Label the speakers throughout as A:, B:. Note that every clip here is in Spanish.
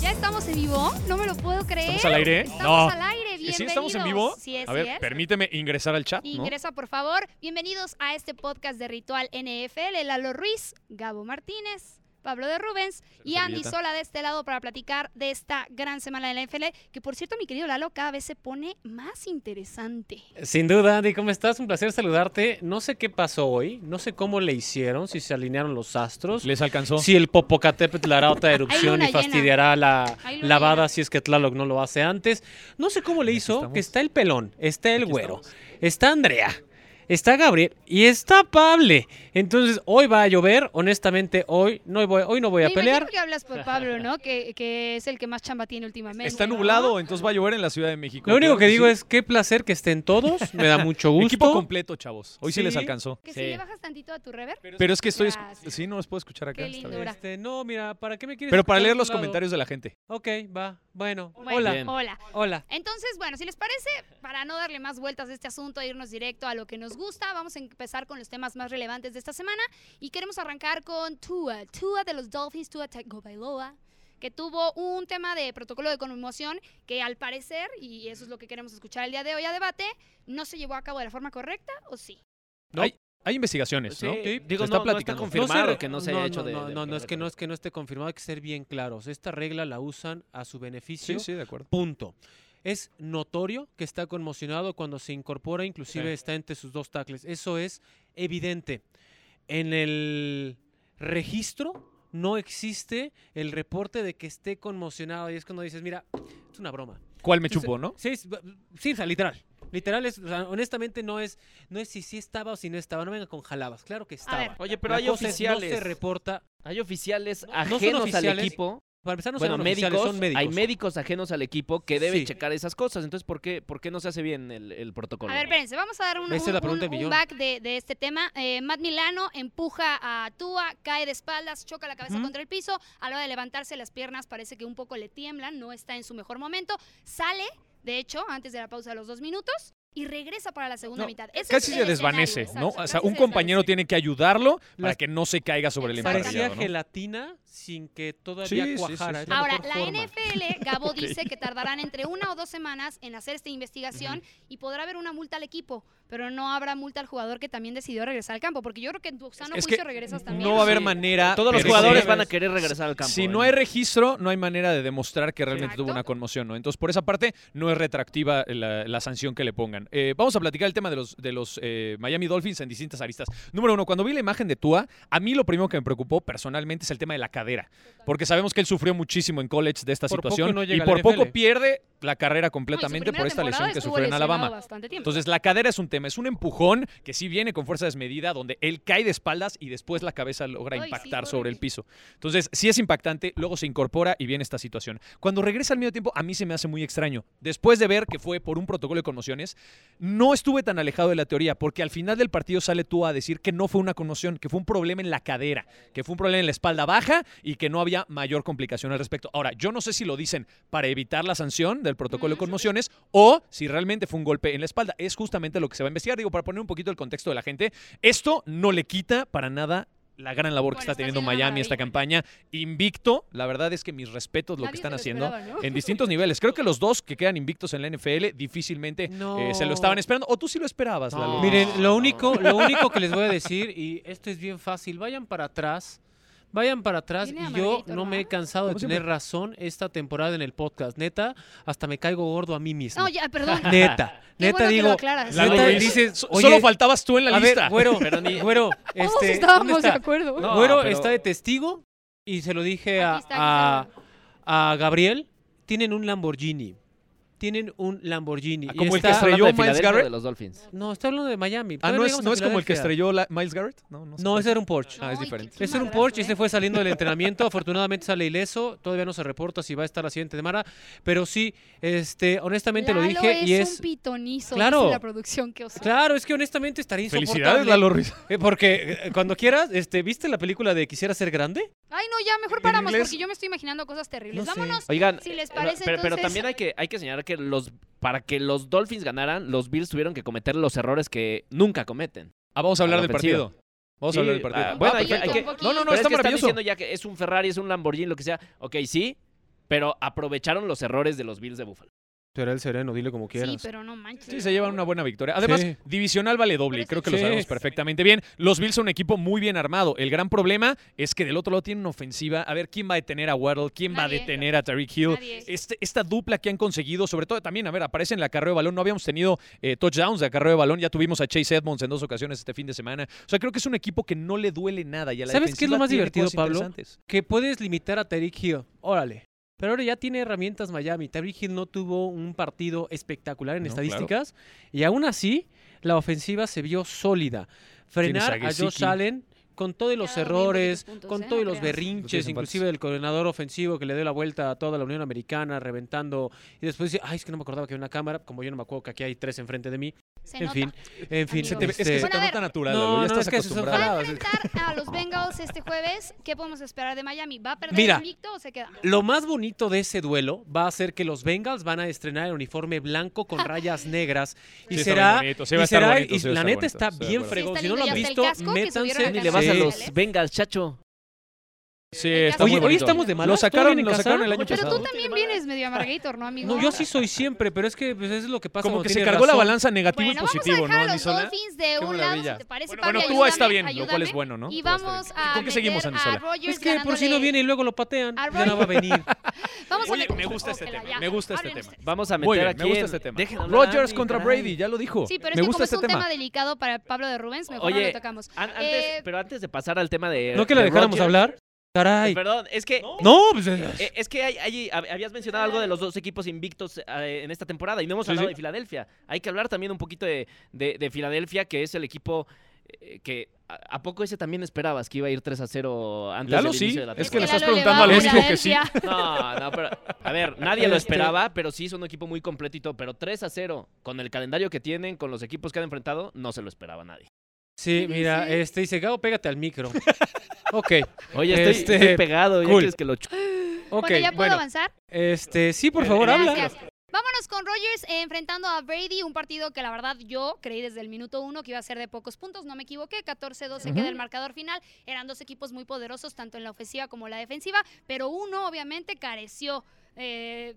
A: Ya estamos en vivo, no me lo puedo creer.
B: ¿Estamos al aire?
A: Estamos
B: No.
A: al aire,
B: ¿Que
A: bienvenidos.
B: ¿Sí estamos en vivo?
A: Sí, es
B: a ver,
A: cierto.
B: permíteme ingresar al chat, ¿no?
A: Ingresa, por favor. Bienvenidos a este podcast de Ritual NFL. Lalo Ruiz, Gabo Martínez, Pablo de Rubens y
B: Servilleta.
A: Andy Sola de este lado para platicar de esta gran semana de la NFL, que por cierto, mi querido Lalo, cada vez se pone más interesante.
C: Sin duda, Andy, ¿cómo estás? Un placer saludarte. No sé qué pasó hoy, no sé cómo le hicieron, si se alinearon los astros,
B: ¿Les alcanzó?
C: si el Popocatépetl hará otra erupción
A: luna
C: y
A: llena.
C: fastidiará la
A: Hay luna
C: lavada
A: llena.
C: si es que Tlaloc no lo hace antes. No sé cómo le hizo,
B: estamos.
C: que está el pelón, está el
B: Aquí
C: güero,
B: estamos.
C: está Andrea, está Gabriel y está Pable. Entonces, hoy va a llover, honestamente, hoy no voy, hoy no voy a
A: me
C: pelear.
A: imagino que hablas por Pablo, ¿no? que, que es el que más chamba tiene últimamente.
B: Está
A: ¿no?
B: nublado, entonces va a llover en la Ciudad de México.
C: Lo único
B: Claro
C: que digo
B: sí.
C: es qué placer que estén todos, me da mucho gusto.
B: Equipo completo, chavos. Hoy sí, les
C: Sí.
B: alcanzó.
A: Que si
C: Sí.
A: le bajas tantito a tu rever,
B: Pero es que estoy... escu-
A: Gracias.
B: Sí, no los puedo escuchar acá.
A: Qué
B: está
A: lindo.
B: bien.
A: Dura.
C: Este, no, mira, ¿para qué me quieres
B: Pero para
C: escuchar
B: leer
C: de
B: los
C: otro lado?
B: comentarios de la gente.
C: Ok, va. Bueno,
A: Bueno,
C: hola.
B: Bien.
A: hola.
C: Hola.
A: Entonces, bueno, si les parece, para no darle más vueltas de este asunto e irnos directo a lo que nos gusta, vamos a empezar con los temas más relevantes de esta semana y queremos arrancar con Tua, Tua de los Dolphins, Tua Tagovailoa, que tuvo un tema de protocolo de conmoción que al parecer, y eso es lo que queremos escuchar el día de hoy a debate, no se llevó a cabo de la forma correcta o sí.
B: No. Hay, hay investigaciones, ¿no?
D: Sí,
B: Se está
D: digo, no- no está
B: platicando.
D: confirmado.
C: re-
D: que no se haya hecho de-
C: No,
D: de-
C: no, no, es que no
D: de-
C: es que no esté confirmado, hay que ser bien claros. Esta regla la usan a su beneficio.
B: Sí, sí, de acuerdo.
C: Punto. Es notorio que está conmocionado cuando se incorpora, inclusive
B: Sí.
C: está entre sus dos tackles. Eso es evidente. En el registro no existe el reporte de que esté conmocionado y es cuando dices, mira, es una broma.
B: ¿Cuál me
C: Sí, sí.
B: chupó, no?
C: Sí, es- sí, o sea, literal. Literal es, o sea, honestamente no es, no es si sí estaba o si no estaba. No vengan con jalabas, claro que estaba.
A: ver.
D: Oye, pero
C: La
D: hay
C: cosa es,
D: oficiales.
C: No se reporta.
D: hay oficiales
C: no son
D: ajenos al
C: oficiales,
D: equipo.
C: Para empezar, no
D: bueno,
C: son
D: médicos,
C: oficiales, son médicos.
D: Hay médicos ajenos al equipo que deben
C: Sí.
D: checar esas cosas. Entonces, ¿por qué, por qué no se hace bien el, el protocolo?
A: A ver, espérense, vamos a dar un,
C: Esa es
A: un-
C: la pregunta
A: un-
C: del
A: un
C: millón.
A: back de, de este tema. Eh, Matt Milano empuja a Tua, cae de espaldas, choca la cabeza
C: Ujú.
A: contra el piso. A la hora de levantarse las piernas parece que un poco le tiemblan, no está en su mejor momento. Sale, de hecho, antes de la pausa de los dos minutos y regresa para la segunda
B: No,
A: mitad. Ese es
B: Casi
A: el
B: se desvanece,
A: escenario,
B: ¿no?
A: exacto,
B: O sea,
A: casi
B: un
A: se
B: compañero
A: desvanece.
B: tiene que ayudarlo para
C: Las-
B: que no se caiga sobre el
A: Exacto.
C: Parecía
B: emparrillado, ¿no?
C: gelatina sin que
B: Sí,
C: todavía
B: sí, sí, sí.
C: cuajara. es
A: Ahora,
C: mejor
A: la
C: forma.
A: NFL, Gabo dice que tardarán entre una o dos semanas en hacer esta investigación y podrá haber una multa al equipo, pero no habrá multa al jugador que también decidió regresar al campo, porque yo creo que en tu sano
B: Es que
A: juicio regresas también.
B: No va a haber
D: Sí.
B: manera...
D: Ah, Todos los
B: pero sí-
D: jugadores van a querer regresar al campo.
B: Si
D: ¿eh?
B: no hay registro, no hay manera de demostrar que realmente
A: Exacto.
B: tuvo una conmoción, ¿no? Entonces, por esa parte, no es retractiva la, la sanción que le pongan. Eh, vamos a platicar el tema de los, de los eh, Miami Dolphins en distintas aristas. Número uno, cuando vi la imagen de Tua, a mí lo primero que me preocupó personalmente es el tema de la cadera, porque sabemos que él sufrió muchísimo en college de esta
C: Por poco
B: situación
C: no
B: y
C: llega a la
B: por poco
C: NFL.
B: pierde la
A: No, y
B: carrera
A: su
B: completamente
A: primera
B: por esta
A: temporada
B: lesión que
A: estuvo
B: sufrió en
A: lesionado
B: Alabama.
A: bastante tiempo.
B: Entonces la cadera es un tema, es un empujón que sí viene con fuerza desmedida, donde él cae de espaldas y después la cabeza logra
A: Ay, sí,
B: impactar
A: fue
B: sobre el
A: horrible.
B: piso. Entonces sí es impactante, luego se incorpora y viene esta situación. Cuando regresa al medio tiempo a mí se me hace muy extraño. Después de ver que fue por un protocolo de conmociones, no estuve tan alejado de la teoría, porque al final del partido sale tú a decir que no fue una conmoción, que fue un problema en la cadera, que fue un problema en la espalda baja y que no había mayor complicación al respecto. Ahora, yo no sé si lo dicen para evitar la sanción del
A: Mm,
B: protocolo de conmociones o si realmente fue un golpe en la espalda. Es justamente lo que se va a investigar. Digo, para poner un poquito el contexto de la gente, esto no le quita para nada la gran labor
A: Bueno,
B: que está
A: está
B: teniendo
A: haciendo una
B: Miami esta
A: maravilla.
B: campaña. Invicto, la verdad es que mis respetos lo
A: Nadie
B: que
A: se
B: están
A: lo
B: haciendo
A: esperaba, ¿no?
B: en distintos niveles. Creo que los dos que quedan invictos en la NFL difícilmente
C: No.
B: eh, se lo estaban esperando. O tú sí lo esperabas, Lalo.
D: No.
C: Miren, lo único, lo único que les voy a decir, y esto es bien fácil, vayan para atrás, vayan para atrás,
A: Viene
C: y yo
A: amarguito,
C: no me he
A: ¿verdad?
C: cansado de
B: Como
C: tener razón esta temporada en el podcast. Neta, hasta me caigo gordo a mí mismo.
A: No, ya, perdón.
C: Neta,
A: Qué
C: neta
A: bueno que lo
C: digo,
A: aclaras.
C: Lalo
B: Neta,
C: Ruiz.
B: dices,
C: So-
B: solo
C: oye,
B: faltabas tú en la
C: a
B: lista.
C: ver, güero, güero, este,
A: Todos
C: ¿dónde
A: estábamos de
C: está?
A: acuerdo.
D: No,
C: Güero
D: pero-
C: está de testigo y se lo dije
A: Aquí
C: a,
A: está, aquí está
C: a- a Gabriel. Tienen un Lamborghini. tienen un Lamborghini.
B: Ah,
C: y
B: como el que
C: está-
B: estrelló
D: Hablando de
B: Miles
D: Filadelfia o
B: Garrett.
D: de los Dolphins.
C: No, está hablando de Miami.
B: Ah,
C: Todavía
B: ¿no es,
C: llegamos a
B: no es como el que
C: Filadelfia.
B: estrelló la- Miles Garrett? No, no, sé.
C: No, ese era un Porsche.
B: Ah, es
A: Ay, qué-
B: diferente.
A: qué
C: Ese era un
A: madrazo,
C: Porsche,
A: ¿eh?
C: este fue saliendo del entrenamiento. Afortunadamente sale ileso. Todavía no se reporta si va a estar la siguiente semana. Pero sí, este, honestamente lo
A: Lalo
C: dije y
A: un
C: es.
A: pitonizo,
C: Claro.
A: dice la producción que os
C: Claro, es que honestamente estaría insoportable.
B: Felicidades, Lalo Ruiz.
C: Eh, Porque eh, cuando quieras, este, ¿viste la película de Quisiera ser grande?
A: Ay, no, ya mejor
B: En
A: paramos
B: inglés-
A: porque yo me estoy imaginando cosas terribles.
C: No sé.
A: Vámonos.
D: Oigan,
A: Si les
D: eh,
A: parece,
D: pero, pero
A: entonces-
D: también hay que, hay que señalar que los para que los Dolphins ganaran, los Bills tuvieron que cometer los errores que nunca cometen.
B: Ah, vamos a hablar
D: A la
B: del
D: ofensiva.
B: partido. Vamos
D: Sí,
B: a hablar del
D: ah,
B: partido.
D: bueno,
B: Ah,
D: hay que- hay
B: perfecto.
D: que-
A: poquito.
B: No, no, no,
D: Pero es
B: está
D: que están
B: maravilloso.
D: diciendo ya que es un Ferrari, es un Lamborghini, lo que sea. Ok, sí, pero aprovecharon los errores de los Bills de Buffalo.
C: Será el sereno, dile como
A: Sí, pero no manches.
B: Sí, se llevan una buena victoria. Además,
C: Sí.
B: divisional vale doble. y Creo que lo
C: Sí.
B: sabemos perfectamente bien. Los Bills son un equipo muy bien armado. El gran problema es que del otro lado tienen una ofensiva. A ver, ¿quién va a detener a Waddle? ¿Quién va a
A: Nadie.
B: detener a Tariq Hill?
A: Nadie.
B: Este- esta dupla que han conseguido, sobre todo también, a ver, aparece en la carrera de balón. No habíamos tenido eh, touchdowns de acarreo de balón. Ya tuvimos a Chase Edmonds en dos ocasiones este fin de semana. O sea, creo que es un equipo que no le duele nada. Y a la
C: ¿Sabes qué es
B: defensiva
C: lo más
B: tiene
C: divertido,
B: cosas
C: Pablo?
B: interesantes.
C: Que puedes limitar a Tyreek Hill. Órale. Pero ahora ya tiene herramientas Miami. Tyreek Hill no tuvo un partido espectacular en
B: No, claro.
C: estadísticas. Y aún así, la ofensiva se vio sólida.
B: Tienes
C: Frenar
B: a
C: a, Josh
B: Gesicki.
C: Allen con todos los
A: Ya ha dado bien
C: errores,
A: poquitos puntos,
C: con
A: ¿eh?
C: todos
A: No
C: los
A: creas.
C: berrinches,
B: Los
C: inclusive del coordinador ofensivo que le dio la vuelta a toda la Unión Americana, reventando. Y después dice, ay, es que no me acordaba que había una cámara. Como yo no me acuerdo que aquí hay tres enfrente de mí.
A: Se
C: en
A: nota.
C: fin, en fin.
A: Se
B: Te- es que
C: este-
B: se te
A: Bueno, a
B: nota
A: ver.
B: natural,
C: No,
B: Lalo, Ya
C: no,
B: estás
C: es que se son
B: acostumbrado.
C: jaladas.
A: Va a enfrentar a los Bengals este jueves. ¿Qué podemos esperar de Miami? ¿Va a perder
C: Mira.
A: el invicto o se queda?
C: Lo más bonito de ese duelo va a ser que los Bengals van a estrenar el uniforme blanco
A: Ah.
C: con rayas negras y
B: Sí, está
C: será
B: muy bonito, sí va a
C: y
B: estar
C: será-
B: bonito,
C: y
B: sí va a
C: la
B: estar
C: neta
B: bonito,
C: está
B: estoy de
C: bien
B: acuerdo.
C: fregón.
A: Sí,
C: Si no
A: está
C: lo han
A: lindo,
C: visto,
A: ya hasta el casco que subieron
C: métanse.
A: acá
D: Ni
A: Ni
D: le
A: le
D: vas a
A: Sí.
D: los Bengals, chacho.
B: Sí, está
A: Oye,
B: muy
C: Oye, hoy
B: bonito.
C: estamos de malos.
B: Lo
C: ¿todo
B: sacaron,
C: bien en
B: lo
C: casa?
B: sacaron el año
D: Pero
A: Pero
B: pasado.
A: tú también vienes medio amarguito, ¿no, amigo?
C: No, yo sí soy siempre, pero es que pues, es lo que pasa.
B: Como
C: cuando
B: que se
C: tienes
B: cargó la
C: razón.
B: balanza negativo
A: Bueno,
B: y
A: vamos
B: positivo,
A: a
B: ¿no,
A: dejar a los
B: Anisola?
A: Dolphins de
B: Qué
A: un lado,
B: maravilla.
A: si te parece,
B: Bueno,
A: Papi,
B: bueno, Tua está
A: ayúdame,
B: bien, lo cual es
A: ayúdame.
B: bueno, ¿no?
A: Y
B: Tua está
A: vamos
B: bien.
A: a
B: ¿Con qué seguimos,
A: meter a
B: Anisola?
A: Rodgers
C: Es que por si no
A: ganándole-
C: viene y luego lo patean,
A: Al
C: ya no va a venir.
A: Vamos a
B: Oye,
A: meter-
B: me gusta este
A: Ópera,
B: tema,
A: ya.
B: me gusta este
A: Hablen
B: tema.
A: ustedes.
D: Vamos a meter
B: Muy bien,
D: aquí
B: me gusta
D: en-
B: este tema.
D: Dejen hablar,
B: Rogers
D: Andy,
B: contra
D: caray.
B: Brady, ya lo dijo.
A: Sí, pero es
B: me
A: que
B: gusta
A: como
B: este
A: es un tema
B: tema.
A: delicado para Pablo de Rubens, mejor no
D: Oye,
A: lo tocamos.
D: An- antes-
A: Eh,
D: pero antes de pasar al tema de.
C: ¿No que la
D: de
C: dejáramos
D: Rodgers-
C: hablar? Caray.
D: Perdón, es que.
C: No, pues eh,
D: eh, es que hay- hay- hab- habías mencionado algo de los dos equipos invictos eh, en esta temporada y no hemos
B: Sí,
D: hablado
B: sí.
D: de Filadelfia. Hay que hablar también un poquito de, de- de Filadelfia, que es el equipo eh, que. ¿A a poco ese también esperabas que iba a ir 3 a 0 antes
B: Lalo
D: del
B: sí,
D: inicio de la
B: es que le
D: temporada?
B: estás
A: Lalo
B: preguntando
A: va
B: al
A: a
B: único que sí.
A: Filadelfia.
D: No, no, pero. A ver, nadie lo
C: Este-
D: esperaba, pero sí es un equipo muy completito. Pero 3 a 0, con el calendario que tienen, con los equipos que han enfrentado, no se lo esperaba nadie.
C: Sí,
A: ¿Qué
C: mira,
A: dice?
C: este dice, Gabo, pégate al micro. Ok,
D: Oye, estoy,
C: Este,
D: estoy pegado, ¿ya
C: cool.
D: quieres que lo chu-
C: ok,
A: Bueno, ¿ya puedo
C: bueno.
A: avanzar?
C: Este, sí,
B: Eh,
C: por favor, habla.
A: Gracias. Vámonos con Rogers eh, enfrentando a Brady, un partido que la verdad yo creí desde el minuto uno que iba a ser de pocos puntos, no me equivoqué, 14-12 queda el marcador final, eran dos equipos muy poderosos tanto en la ofensiva como en la defensiva, pero uno obviamente careció eh,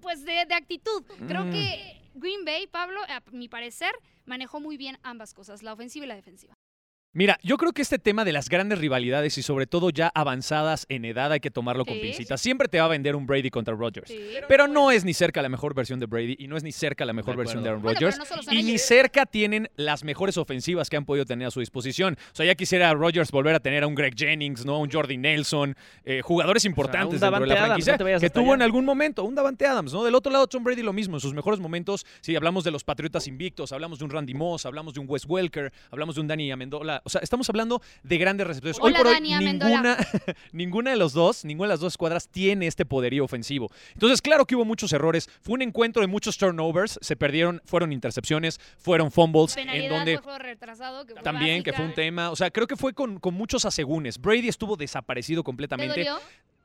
A: pues de, de actitud. Creo
B: Mm.
A: que Green Bay, Pablo, a mi parecer, manejó muy bien ambas cosas, la ofensiva y la defensiva.
B: Mira, yo creo que este tema de las grandes rivalidades y sobre todo ya avanzadas en edad hay que tomarlo con
A: Sí.
B: pincitas. Siempre te va a vender un Brady contra Rogers.
A: Sí.
B: Pero no es ni cerca la mejor versión de Brady y no es ni cerca la mejor
D: De
B: versión de Aaron
A: Bueno,
B: Rodgers.
A: pero no solo son
B: y ni
A: ellos.
B: cerca tienen las mejores ofensivas que han podido tener a su disposición. O sea, ya quisiera Rodgers volver a tener a un Greg Jennings, ¿no? A un Jordi Nelson, eh, jugadores importantes dentro de
D: Davante
B: la
D: Adams,
B: franquicia
D: no te vayas
B: que
D: hasta
B: tuvo
D: allá.
B: en algún momento. Un Davante Adams, ¿no? Del otro lado, Tom Brady lo mismo. En sus mejores momentos, si hablamos de los Patriotas invictos, hablamos de un Randy Moss, hablamos de un Wes Welker, hablamos de un Danny Amendola. O sea, estamos hablando de grandes receptores.
A: Hola,
B: Hoy por hoy,
A: Danny Amendola.
B: ninguna, ninguna de los dos, ninguna de las dos escuadras tiene este poderío ofensivo. Entonces, claro que hubo muchos errores. Fue un encuentro de muchos turnovers. Se perdieron, fueron intercepciones, fueron fumbles, en
A: Penalidad
B: donde
A: por juego retrasado, que fue
B: también que
A: básica.
B: fue un tema. O sea, creo que fue con, con muchos asegúnes. Brady estuvo desaparecido
A: ¿Te
B: completamente.
A: dolió?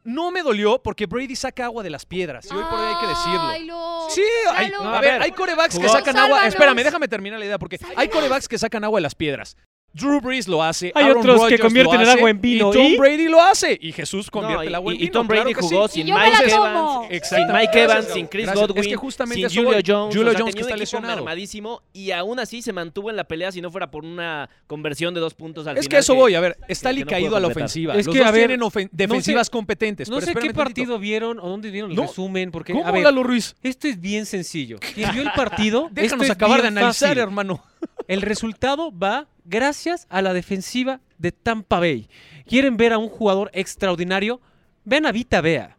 B: No me dolió porque Brady saca agua de las piedras. Y hoy por hoy hay que decirlo.
A: Ay, lo-
B: Sí, hay,
A: Lalo.
B: a ver, hay corebacks que
D: Jugó-
B: sacan agua.
A: Sálvanos.
B: Espérame, déjame terminar la idea porque hay
A: Sálvanos.
B: corebacks que sacan agua de las piedras. Drew Brees lo hace.
C: Hay
B: Aaron
C: otros que
B: Rodgers lo
C: convierten el
B: hace,
C: agua en vino,
B: Y Tom
C: ¿y?
B: Brady lo hace. Y Jesús convierte
D: No,
B: el agua en
D: y, y
B: vino.
D: Tom Brady
B: claro que
D: jugó
B: sí.
D: sin
A: Y yo me la
D: Mike
A: como.
D: Evans,
B: eh,
D: sin
B: Exactamente.
D: Mike
B: Gracias,
D: Evans,
B: Gabo.
D: sin Chris
B: Gracias.
D: Godwin,
B: Es que justamente
D: sin
B: eso
D: Julio
B: voy.
D: Jones,
B: Julio
D: o sea,
B: Jones que
D: tenía un
B: está
D: equipo
B: lesionado.
D: mermadísimo y aún así se mantuvo en la pelea si no fuera por una conversión de dos puntos al
B: Es
D: final.
B: que a eso voy, a ver, está
D: que no
B: caído
D: pudo
B: a la
D: completar.
B: ofensiva.
C: Es
B: Los
C: que,
B: dos
C: a ver,
B: tienen ofen-
C: sé-
B: defensas competentes.
C: No
B: pero
C: sé qué
B: espérame tantito.
C: partido vieron o dónde vieron el
B: No.
C: resumen, porque a
B: ¿Cómo,
C: ver,
B: Lalo Ruiz?
C: Esto es bien sencillo. Quien vio el partido,
B: Déjanos
C: esto es
B: acabar de
C: bien
B: analizar,
C: fácil.
B: hermano.
C: El resultado va gracias a la defensiva de Tampa Bay. ¿Quieren ver a un jugador extraordinario? Ven a Vita Vea.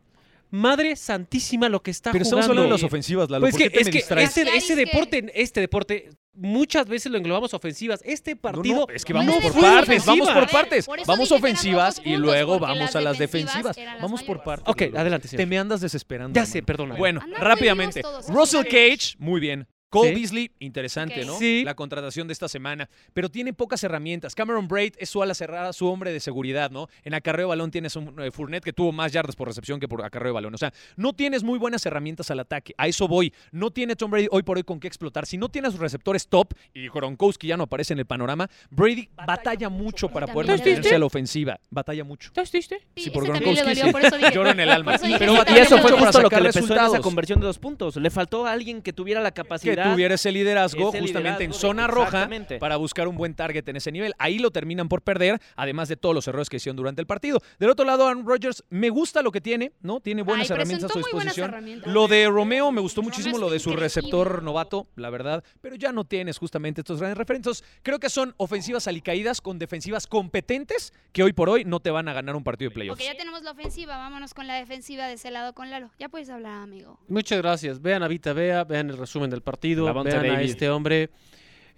C: madre santísima lo que está
B: Pero
C: jugando.
B: estamos hablando de las ofensivas, Lalo.
C: Pues
B: ¿Por
C: es que,
B: qué te
C: es
B: me
C: que
B: distraes?
C: este,
A: Ya
C: este
A: dije.
C: deporte, este deporte, muchas veces lo englobamos ofensivas. Este
B: No, no,
C: partido.
B: es que vamos
A: no
B: por
A: fue
B: partes,
C: ofensiva.
B: vamos
C: A
B: por
C: ver,
B: partes.
A: por eso
B: Vamos
A: dije que eran
B: ofensivas
A: dos
B: y
A: puntos,
B: luego
A: porque
B: vamos
A: las
B: a las
A: defensivas
B: defensivas.
A: eran las
B: Vamos por
A: mayores.
B: partes.
C: Ok,
B: Lalo.
C: adelante,
B: Te
C: señor.
B: me andas desesperando.
C: Ya
B: hermano.
C: sé, perdona.
B: Bueno,
A: Andan muy
B: rápidamente.
A: vivos todos,
B: Russell
A: estos
B: Cage, muy bien. Cole
C: Sí.
B: Beasley, interesante,
A: Ok.
B: ¿no?
C: Sí.
B: La contratación de esta semana. Pero tiene pocas herramientas. Cameron Braid es su ala cerrada, su hombre de seguridad, ¿no? En acarreo de balón tienes un eh, Fournette que tuvo más yardas por recepción que por acarreo de balón. O sea, no tienes muy buenas herramientas al ataque. A eso voy. No tiene Tom Brady hoy por hoy con qué explotar. Si no tiene a sus receptores top y Gronkowski ya no aparece en el panorama, Brady batalla mucho para
A: También
B: poder
A: le
B: mantenerse
A: dolió.
B: a la ofensiva. Batalla mucho.
C: ¿Estás triste?
A: Sí,
B: Sí, por
A: ese también le
B: Gronkowski,
A: dolió, por eso dije-
B: Lloro en el alma.
A: por eso dije
B: Pero
A: que
D: Y
B: batalla
A: también
D: eso
B: mucho
D: fue
A: le
B: para
D: justo lo que
B: sacar
D: le pesó en esa
B: resultados.
D: conversión de dos puntos. Le faltó a alguien que tuviera la
B: que
D: capacidad.
B: tuviera ese liderazgo
D: Ese
B: justamente en
D: liderazgo de-
B: zona roja
D: exactamente.
B: para buscar un buen target en ese nivel. Ahí lo terminan por perder, además de todos los errores que hicieron durante el partido. Del otro lado, Aaron Rodgers me gusta lo que tiene, ¿no? Tiene buenas
A: Ay,
B: herramientas a su
A: presentó muy buenas
B: disposición.
A: herramientas. ¿eh?
B: Lo de Romeo me gustó
A: Romeo
B: muchísimo,
A: es
B: lo de su
A: increíble.
B: receptor novato, la verdad, pero ya no tienes justamente estos grandes referentes. Creo que son ofensivas alicaídas con defensivas competentes que hoy por hoy no te van a ganar un partido de playoffs.
A: Ok, ya tenemos la ofensiva, vámonos con la defensiva de ese lado con Lalo. Ya puedes hablar, amigo.
C: Muchas gracias. Vean a Vita Vea, vean el resumen del partido,
D: Lavonte
C: vean a
D: David.
C: este hombre,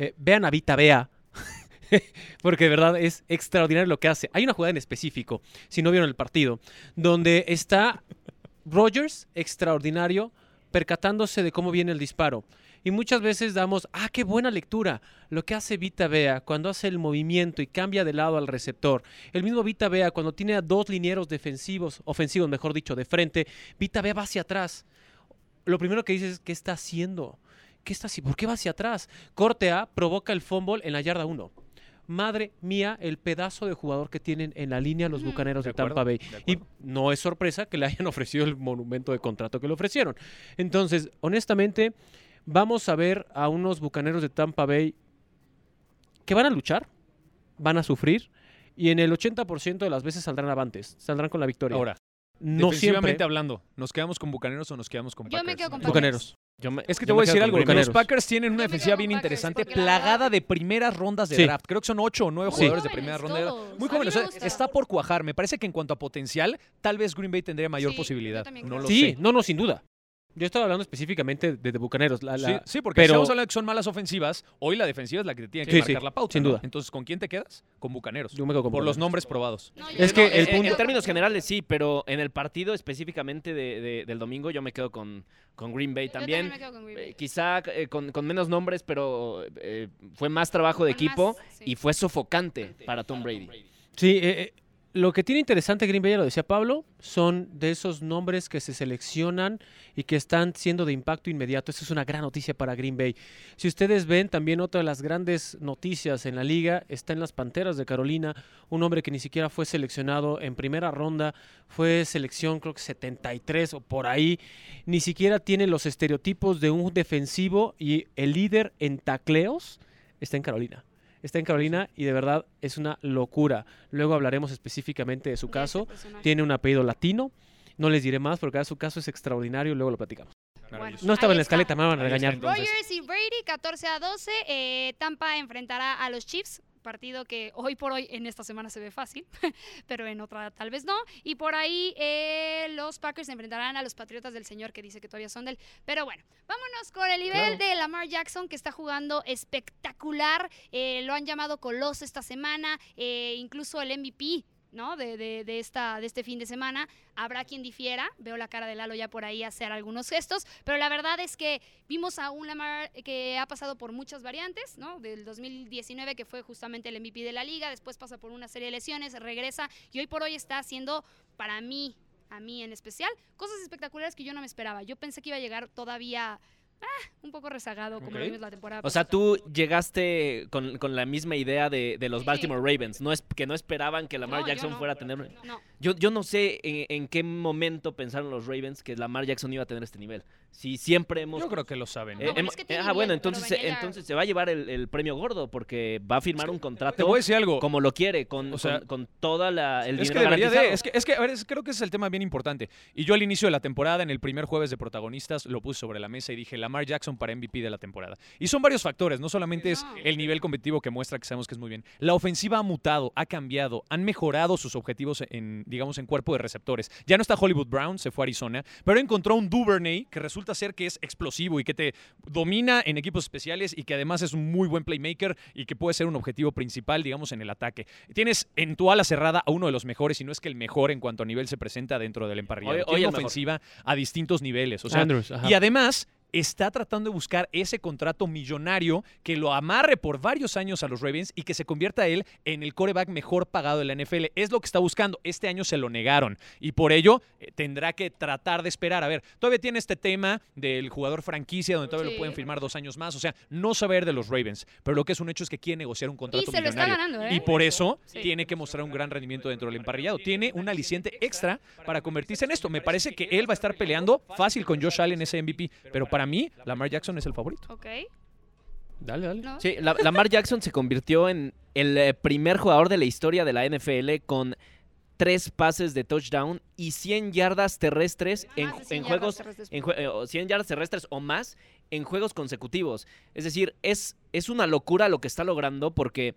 C: eh, vean a Vita Vea, porque de verdad es extraordinario lo que hace. Hay una jugada en específico, si no vieron el partido, donde está Rogers, extraordinario, percatándose de cómo viene el disparo. Y muchas veces damos, ah, qué buena lectura. Lo que hace Vita Vea cuando hace el movimiento y cambia de lado al receptor. El mismo Vita Vea cuando tiene a dos linieros defensivos, ofensivos, mejor dicho, de frente, Vita Vea va hacia atrás. Lo primero que dices es, ¿qué está haciendo? ¿Qué está haciendo? ¿Por qué va hacia atrás? Corte A provoca el fumble en la yarda 1. Madre mía, el pedazo de jugador que tienen en la línea los
A: Ujú.
C: bucaneros
B: De
C: de,
B: acuerdo,
C: Tampa Bay.
B: de
C: Y
B: acuerdo.
C: no es sorpresa que le hayan ofrecido el monumento de contrato que le ofrecieron. Entonces, honestamente, vamos a ver a unos bucaneros de Tampa Bay que van a luchar, van a sufrir y en el 80% de las veces saldrán avantes, saldrán con la victoria.
B: Ahora,
C: no
B: defensivamente
C: siempre.
B: hablando, ¿nos quedamos con Bucaneros o nos quedamos con
A: Yo me
B: Packers?
A: quedo con
C: Bucaneros.
D: Yo me-
B: Es que
C: Yo
B: te
C: me
B: voy a
C: quedo
B: decir
C: con
B: algo. Los
C: Bucaneros.
B: Packers tienen una
A: Yo me quedo
B: defensiva
A: con
B: bien
A: Packers,
B: interesante,
A: porque la verdad-
B: plagada de primeras rondas de
C: Sí.
B: draft. Creo que son ocho o nueve
A: Muy
B: jugadores de
A: jóvenes
B: primera ronda. de draft.
A: todos.
B: Muy
A: A mí
B: jóvenes.
A: me
B: o sea,
A: gusta.
B: está por cuajar. Me parece que en cuanto a potencial, tal vez Green Bay tendría mayor
A: Sí, yo
B: posibilidad.
A: también
B: No
A: creo.
B: lo
C: sí,
B: sé.
C: no, no, sin duda. Yo estaba hablando específicamente de, de Bucaneros. La, la-
B: sí, sí, porque
C: pero-
B: si estamos hablando de que son malas ofensivas, hoy la defensiva es la que te tiene que
C: Sí, sí,
B: marcar la pauta.
C: sin
B: ¿no?
C: duda.
B: Entonces, ¿con quién te quedas? Con Bucaneros.
C: Yo me quedo con
B: por los
C: Bucaneros.
B: nombres probados.
A: No, yo
C: Es
A: no,
C: que
D: No,
A: yo
C: el
D: en- en,
C: punto-
D: términos generales sí, pero en el partido específicamente de- de- del domingo yo me quedo con, con Green Bay
A: Yo también
D: también.
A: me quedo con Green Bay.
D: Eh, quizá eh, con, con menos nombres, pero eh, fue más trabajo
A: Con
D: de
A: más,
D: equipo
A: sí.
D: y fue sofocante para Tom Brady.
C: Sí, eh, eh, lo que tiene interesante Green Bay, ya lo decía Pablo, son de esos nombres que se seleccionan y que están siendo de impacto inmediato. Esa es una gran noticia para Green Bay. Si ustedes ven, también otra de las grandes noticias en la liga está en las Panteras de Carolina, un hombre que ni siquiera fue seleccionado en primera ronda, fue selección creo que 73 o por ahí, ni siquiera tiene los estereotipos de un defensivo y el líder en tacleos está en Carolina. Está en Carolina y de verdad es una locura. Luego hablaremos específicamente de su
A: De
C: caso.
A: este personaje.
C: Tiene un apellido latino. No les diré más porque ahora su caso es extraordinario. Luego lo platicamos.
A: Bueno,
C: No estaba
A: ahí
C: en la
A: está.
C: escaleta, me van a
B: Ahí está,
C: regañar.
B: entonces.
A: Rogers y Brady, 14 a 12. eh, Tampa enfrentará a los Chiefs, partido que hoy por hoy en esta semana se ve fácil, pero en otra tal vez no. Y por ahí eh, los Packers enfrentarán a los Patriotas del Señor, que dice que todavía son del. Pero bueno, vámonos con el nivel de Lamar Jackson, que está jugando espectacular. eh, lo han llamado Coloso esta semana, eh, incluso el MVP. ¿no? De, de- de esta, de este fin de semana. Habrá quien difiera. Veo la cara de Lalo ya por ahí hacer algunos gestos. Pero la verdad es que Vimos a un Lamar que ha pasado por muchas variantes, ¿no? Del 2019, que fue justamente el MVP de la liga, después pasa por una serie de lesiones, regresa y hoy por hoy está haciendo, para mí, a mí en especial, cosas espectaculares que yo no me esperaba. Yo pensé que iba a llegar todavía ah, un poco rezagado, como
B: Ok.
A: lo vimos la temporada
D: O sea,
A: pasada.
D: tú llegaste con, con la misma idea de, de los
A: Sí.
D: Baltimore Ravens, no es, que no esperaban que Lamar
A: No, yo
D: Jackson
A: no.
D: fuera a tener...
A: No,
D: Yo, yo no sé en, en qué momento pensaron los Ravens que Lamar Jackson iba a tener este nivel. si siempre hemos...
B: Yo creo que lo saben.
D: Eh,
A: No, pero
D: hem-
A: es que tiene
D: ah, bueno,
A: billete, pero
D: entonces,
A: venía ya-
D: entonces se va a llevar el, el premio gordo porque va a firmar un
B: Te
D: contrato
B: voy a decir algo.
D: como lo quiere, con,
B: O sea,
D: con, con toda la... El
B: es que
D: dinero
B: debería de,
D: garantizado.
B: es que, es que, a ver, es- creo que ese es el tema bien importante. Y yo al inicio de la temporada, en el primer jueves de protagonistas, lo puse sobre la mesa y dije Lamar Jackson para MVP de la temporada. Y son varios factores, no solamente es
A: No.
B: el nivel competitivo que muestra que sabemos que es muy bien. La ofensiva ha mutado, ha cambiado, han mejorado sus objetivos en, digamos, en cuerpo de receptores. Ya no está Hollywood Brown, se fue a Arizona, pero encontró un Duvernay que resulta ser que es explosivo y que te domina en equipos especiales y que además es un muy buen playmaker y que puede ser un objetivo principal, digamos, en el ataque. Tienes en tu ala cerrada a uno de los mejores, y no es que el mejor en cuanto a nivel se presenta dentro del emparrillado.
D: Hoy-
B: Tiene
D: hoy
B: una
D: el mejor.
B: ofensiva a distintos niveles. O sea,
C: Andrews, ajá.
B: y además está tratando de buscar ese contrato millonario que lo amarre por varios años a los Ravens y que se convierta él en el coreback mejor pagado de la NFL. Es lo que está buscando. Este año se lo negaron y por ello eh, tendrá que tratar de esperar. A ver, todavía tiene este tema del jugador franquicia donde todavía
A: Sí.
B: lo pueden firmar dos años más. O sea, no saber de los Ravens. Pero lo que es un hecho es que quiere negociar un
A: Y se
B: contrato
A: lo está
B: millonario.
A: ganando, ¿eh?
B: Y por eso
A: Sí.
B: tiene que mostrar un gran rendimiento dentro del emparrillado. Tiene un aliciente extra para convertirse en esto. Me parece que él va a estar peleando fácil con Josh Allen ese MVP. Pero para mí, Lamar Jackson es el favorito.
A: Ok.
C: Dale, dale.
A: ¿No?
D: Sí, la- Lamar Jackson se convirtió en el eh, primer jugador de la historia de la NFL con tres pases de touchdown y 100 yardas terrestres en,
A: Más de cien
D: en
A: yardas
D: juegos
A: terrestres.
D: en jue- eh, o 100 yardas terrestres o más en juegos consecutivos. Es decir, es, es una locura lo que está logrando porque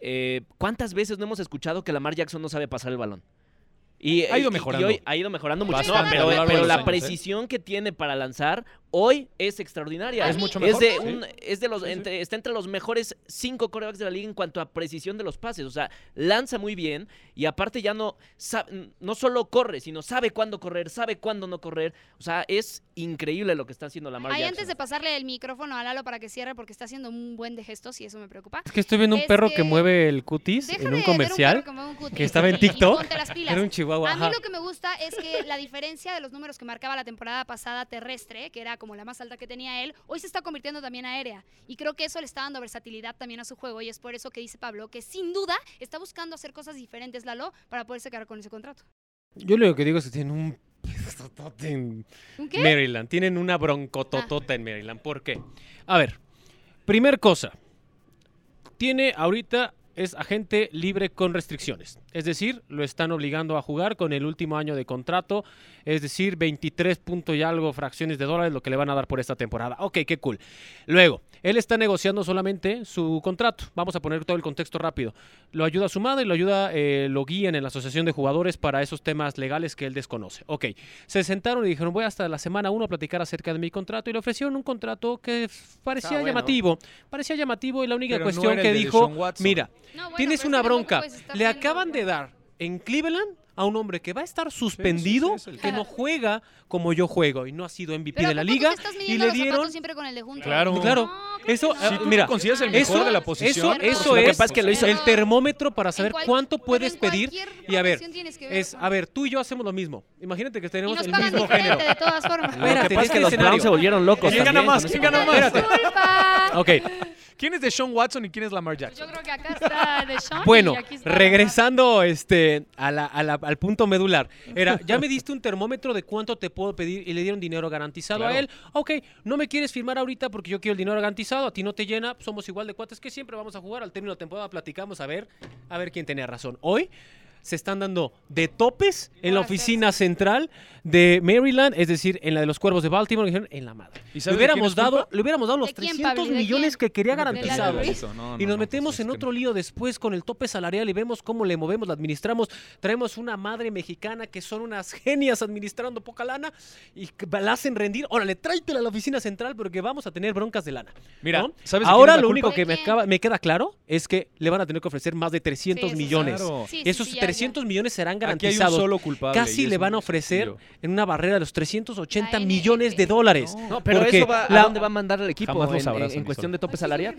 D: eh, ¿cuántas veces no hemos escuchado que Lamar Jackson no sabe pasar el balón? Y,
B: Ha ido
D: y- y
B: mejorando.
D: hoy ha ido mejorando mucho.
A: Bastante,
D: No,
A: a lo
D: pero,
A: largo
D: pero
A: de los
D: la
B: años, ¿eh?
D: precisión que tiene para lanzar hoy es extraordinaria.
A: A Es mí- mucho
B: mejor,
D: de
B: ¿no?
D: un- es de los,
B: Sí, sí.
D: entre- está entre los mejores cinco corebacks de la liga en cuanto a precisión de los pases. O sea, lanza muy bien y aparte ya no, sa- no solo corre, sino sabe cuándo correr, sabe cuándo no correr. O sea, es increíble lo que está haciendo Lamar
A: Ahí
D: Jackson.
A: antes de pasarle el micrófono a Lalo para que cierre porque está haciendo un buen de gestos y eso me preocupa.
C: Es que estoy viendo un
A: Es
C: perro que
A: que-
C: mueve el cutis
A: Deja
C: en
A: de
C: un
A: ver
C: comercial.
A: perro que mueve un cutis
C: que estaba en
A: y- y
C: TikTok.
A: ponte las pilas.
C: Era un chihuahua.
A: A mí
C: ajá.
A: lo que me gusta es que la diferencia de los números que marcaba la temporada pasada terrestre, que era como la más alta que tenía él, hoy se está convirtiendo también aérea. Y creo que eso le está dando versatilidad también a su juego y es por eso que dice Pablo que sin duda está buscando hacer cosas diferentes Lalo para poderse quedar con ese contrato.
C: Yo lo que digo es que tienen un pedotote en
A: ¿Un qué?
C: Maryland. Tienen una broncototota en Maryland. ¿Por qué? A ver, primer cosa. Tiene ahorita es agente libre con restricciones. Es decir, lo están obligando a jugar con el último año de contrato. Es decir, 23 punto y algo fracciones de dólares lo que le van a dar por esta temporada. Ok, qué cool. Luego, él está negociando solamente su contrato. Vamos a poner todo el contexto rápido. Lo ayuda su madre, lo ayuda, eh, lo guían en la asociación de jugadores para esos temas legales que él desconoce. Ok, se sentaron y dijeron, voy hasta la semana 1 a platicar acerca de mi contrato y le ofrecieron un contrato que parecía
D: bueno.
C: llamativo. Parecía llamativo y la única
B: Pero no
C: cuestión
B: era el
C: que
B: de
C: dijo,
B: Deshaun Watson.
C: mira,
A: No, bueno,
C: tienes
A: pero
C: una
A: es que tampoco
C: bronca,
A: puedes estar
C: le
A: viendo-
C: acaban de dar en Cleveland a un hombre que va a estar suspendido,
B: es el
C: que no juega como yo juego y no ha sido MVP
A: Pero
C: de la
A: ¿a poco tú
C: liga
A: te estás
C: y
A: midiendo
C: le
A: los zapatos
C: dieron
A: siempre con el de junto?
B: Claro.
C: Claro.
A: No, creo
C: Eso,
A: que
C: eh,
A: no.
B: Si tú
C: mira,
B: te consideras el
C: eso-
B: mejor de la posición,
C: eso, eso
D: lo que
C: es,
D: pasa es que lo hizo-
C: el termómetro para
A: En
C: saber
A: cual-
C: cuánto
A: pero en
C: puedes pedir.
A: cualquier
C: Y a ver,
A: ocasión tienes que ver
C: es,
A: con-
C: a ver, tú y yo hacemos lo mismo. Imagínate que
A: Y
C: tenemos
A: nos
C: el
A: pagan
C: mismo
A: diferente
C: género.
A: de todas formas.
C: Lo que Espérate,
D: pasa es que los
C: este
D: Browns se
C: escenario.
D: volvieron locos.
B: ¿Quién gana
D: también
B: más?
D: con
B: ¿Quién
D: ese
B: gana
D: partido.
B: más?
A: Disculpa.
C: Ok,
B: ¿Quién es Deshaun Watson y quién es Lamar
A: Yo
B: Jackson?
A: creo que acá está Deshaun.
C: bueno,
A: y aquí está-
C: regresando este, a la- a la- al punto medular. Era, ya me diste un termómetro de cuánto te puedo pedir y le dieron dinero garantizado a
B: Claro.
C: él. Ok, no me quieres firmar ahorita porque yo quiero el dinero garantizado, a ti no te llena, pues, somos igual de cuates que siempre, vamos a jugar al término de temporada, platicamos a ver, a ver quién tenía razón. Hoy se están dando de topes en la oficina central de Maryland, es decir, en la de los Cuervos de Baltimore, dijeron, en la madre.
B: ¿Y sabes de
C: Le
B: quién
C: hubiéramos,
B: es culpa?
C: dado, le hubiéramos dado los
A: ¿De quién,
C: 300
A: Pablo? ¿De
C: millones
A: quién?
C: que quería
A: De la
C: garantizados.
A: Luis.
B: No, no,
C: Y nos
B: no,
C: metemos
B: pues es
C: en
B: que
C: otro lío después con el tope salarial y vemos cómo le movemos, la administramos. Traemos una madre mexicana que son unas genias administrando poca lana y que la hacen rendir. Órale, tráetela a la oficina central porque vamos a tener broncas de lana.
B: Mira,
C: ¿no?
B: ¿sabes de quién
C: Ahora
B: es la
C: lo
B: culpa?
C: único que me,
A: ¿De quién?
C: acaba- me queda claro es que le van a tener que ofrecer más de 300
A: Sí, eso sí.
C: millones.
B: Claro.
A: Sí, sí,
C: Esos
A: sí, ya, ya.
C: 300 millones serán
B: Aquí hay un
C: garantizados.
B: solo culpable. y
C: Casi
B: es
C: le van a
B: un
C: ofrecer
B: estúpido.
C: en una barrera de los 380
A: La
C: millones de
A: NFL.
C: dólares.
D: No, pero
C: Porque
D: eso va,
C: la-
D: ¿a dónde va a mandar el equipo
B: Jamás lo
D: en,
B: sabrás,
D: en- en
B: Andy
D: cuestión
B: Sol.
D: de tope salarial?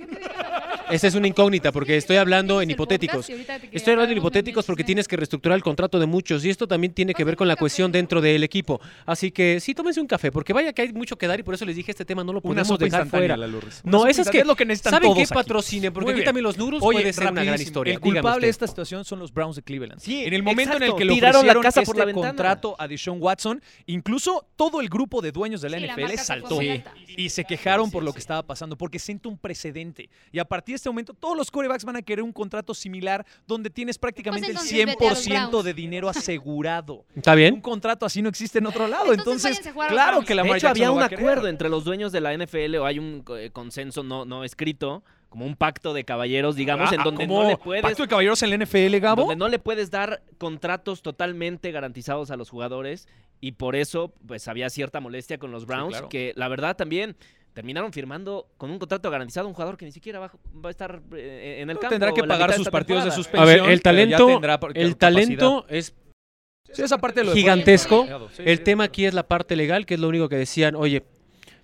C: Esa es una incógnita porque estoy hablando en
A: Hice el podcast
C: hipotéticos.
A: y ahorita te quería
C: Estoy hablando
A: dar
C: en
A: una
C: hipotéticos porque
A: mención.
C: tienes que reestructurar el contrato de muchos y esto también tiene que ver con la cohesión dentro del equipo. Así que sí, tómense un café porque vaya que hay mucho que dar y por eso les dije este tema no lo
B: Una
C: podemos
B: sopa
C: dejar
B: instantánea,
C: fuera.
B: la Lourdes. Una
C: No,
B: sopa
C: eso es
B: instantánea,
C: que
B: es lo que necesitan
C: ¿Saben qué
B: todos aquí.
C: patrocine? Porque
B: Muy
C: aquí
B: bien.
C: también los
D: Pues
C: noodles
B: Oye,
C: puede ser una gran
B: rapidísimo,
C: historia.
B: El culpable de
C: es
B: esta situación son los Browns de Cleveland.
D: Sí,
B: en el momento en el
D: exacto.
B: que le
D: Tiraron la
B: ofrecieron
D: casa
B: este
D: por la ventana.
B: contrato a Deshaun Watson, incluso todo el grupo de dueños de la
A: Sí, la
B: NFL
A: marca se
B: saltó
A: fue muy alta.
B: y se quejaron por lo que estaba pasando porque siento un precedente. Y a partir de este momento todos los corebacks van a querer un contrato similar donde tienes prácticamente el
A: entonces vete a los
B: 100%
A: Browns.
B: de dinero asegurado.
C: ¿Está
B: Un
C: bien?
B: contrato así no existe en otro lado.
A: Entonces
B: Entonces,
A: váyanse a jugar a los
B: claro
A: Browns.
B: que la
D: de hecho, había un acuerdo entre los dueños de la NFL, o hay un eh, consenso no, no escrito, como un pacto de caballeros, digamos, en donde no le puedes
B: Ah, Pacto de caballeros en la NFL, Gabo.
D: donde no le puedes dar contratos totalmente garantizados a los jugadores y por eso pues había cierta molestia con los Browns
B: claro.
D: que la verdad también terminaron firmando con un contrato garantizado un jugador que ni siquiera va, va a estar eh, en el campo
B: tendrá que
D: la mitad
B: pagar
D: de
B: sus
D: esta
B: partidos de
D: temporada.
C: A
B: suspensión.
C: ver, el
B: pero ya
C: talento,
B: tendrá por-
C: el
B: capacidad.
C: talento es
B: Sí, esa parte de lo de-
C: gigantesco.
B: Gigantesco. Sí,
C: El
B: sí,
C: tema
B: sí.
C: aquí es la parte legal, que es lo único que decían, oye,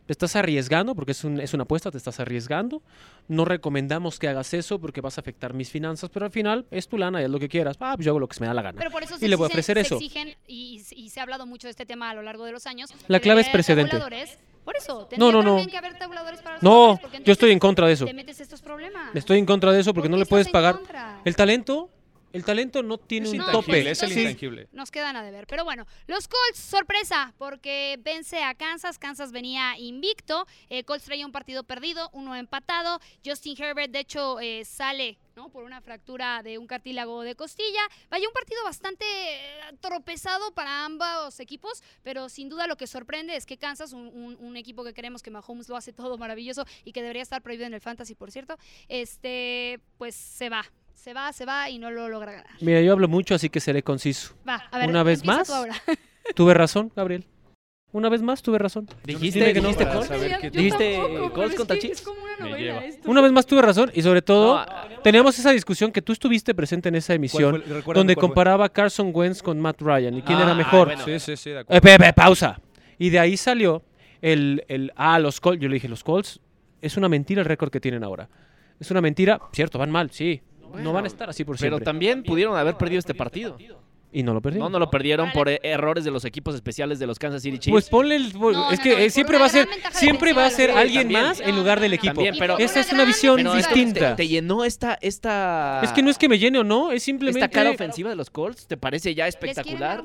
C: te estás arriesgando, porque es, un- es una apuesta, te estás arriesgando, no recomendamos que hagas eso porque vas a afectar mis finanzas, pero al final es tu lana y es lo que quieras, ah, pues yo hago lo que se me da la gana.
A: Pero por eso
C: Y
A: se
C: le voy a
A: exige-
C: ofrecer
A: se
C: eso.
A: exigen, y, y se ha hablado mucho de este tema a lo largo de los años.
C: La
A: que
C: clave es
A: debería haber
C: precedente.
A: tabuladores. Por eso,
C: No, no,
A: tendría
C: no.
A: también que haber tabuladores para los
C: No,
A: jugadores, porque
C: yo estoy en
A: entonces
C: contra de eso.
A: Te metes estos problemas.
C: Estoy en contra de eso
A: ¿Por
C: porque
A: qué
C: no le
A: estás
C: puedes
A: en
C: pagar.
A: contra?
C: El talento, el talento no tiene
B: Es
C: un
B: intangible,
C: tope.
B: Es el
A: Sí.
B: intangible.
A: Nos quedan a deber. Pero bueno, los Colts, sorpresa, porque vence a Kansas. Kansas venía invicto. Eh, Colts traía un partido perdido, uno empatado. Justin Herbert, de hecho, eh, sale ¿no? por una fractura de un cartílago de costilla. Vaya, un partido bastante eh, tropezado para ambos equipos, pero sin duda lo que sorprende es que Kansas, un, un- un equipo que creemos que Mahomes lo hace todo maravilloso y que debería estar prohibido en el Fantasy, por cierto, este, pues se va. Se va, se va y no lo logra ganar.
C: Mira, yo hablo mucho, así que seré conciso.
A: Va, a ver,
C: Una vez
A: empieza
C: más,
A: tú ahora.
C: Tuve razón, Gabriel. Una vez más, tuve razón.
D: Dijiste
C: Dime
D: que no
C: dijiste
D: para
C: Colts.
D: saber
A: Yo-
D: qué-
A: yo
D: dijiste
A: tampoco, pero
D: Colts
A: es
D: contra
A: que
D: Chiefs.
A: Es como una
B: Me
A: novela
B: lleva.
A: esto.
C: Una vez más tuve razón y sobre
D: No,
C: todo
D: ah,
C: teníamos esa discusión que tú estuviste presente en esa
B: ¿Cuál fue
C: emisión
B: el- recuérdame
C: donde
B: cuál fue?
C: comparaba a Carson Wentz con Matt Ryan y quién
D: Ah,
C: era mejor.
D: bueno.
B: Sí, sí, sí, de
C: Eh,
B: acuerdo.
C: pe- pe- pausa. Y de ahí salió el, el ah, los Colts. Yo le dije, los Colts es una mentira el récord que tienen ahora. Es una mentira, cierto, van mal, sí. no van a estar así por
D: pero
C: siempre.
D: también pudieron haber perdido este partido
C: y no lo perdieron.
D: no no lo perdieron por eh, errores de los equipos especiales de los Kansas City Chiefs
C: Pues ponle el,
A: No,
C: es
A: no,
C: que
A: no,
C: eh,
A: por
C: siempre
A: una
C: va a ser
A: gran ventaja
C: siempre va a ser
A: defensiva,
C: alguien
D: también.
C: más en
A: No,
C: lugar
A: no,
C: del
A: no,
C: equipo.
D: también, pero-
C: Esa es
A: Una
C: una
A: gran
C: visión
A: defensiva.
D: es que
C: distinta.
D: Te, te llenó esta esta
C: Es que no es que me llene o no, es
D: esta
C: simplemente
D: cara ofensiva de los Colts te parece ya espectacular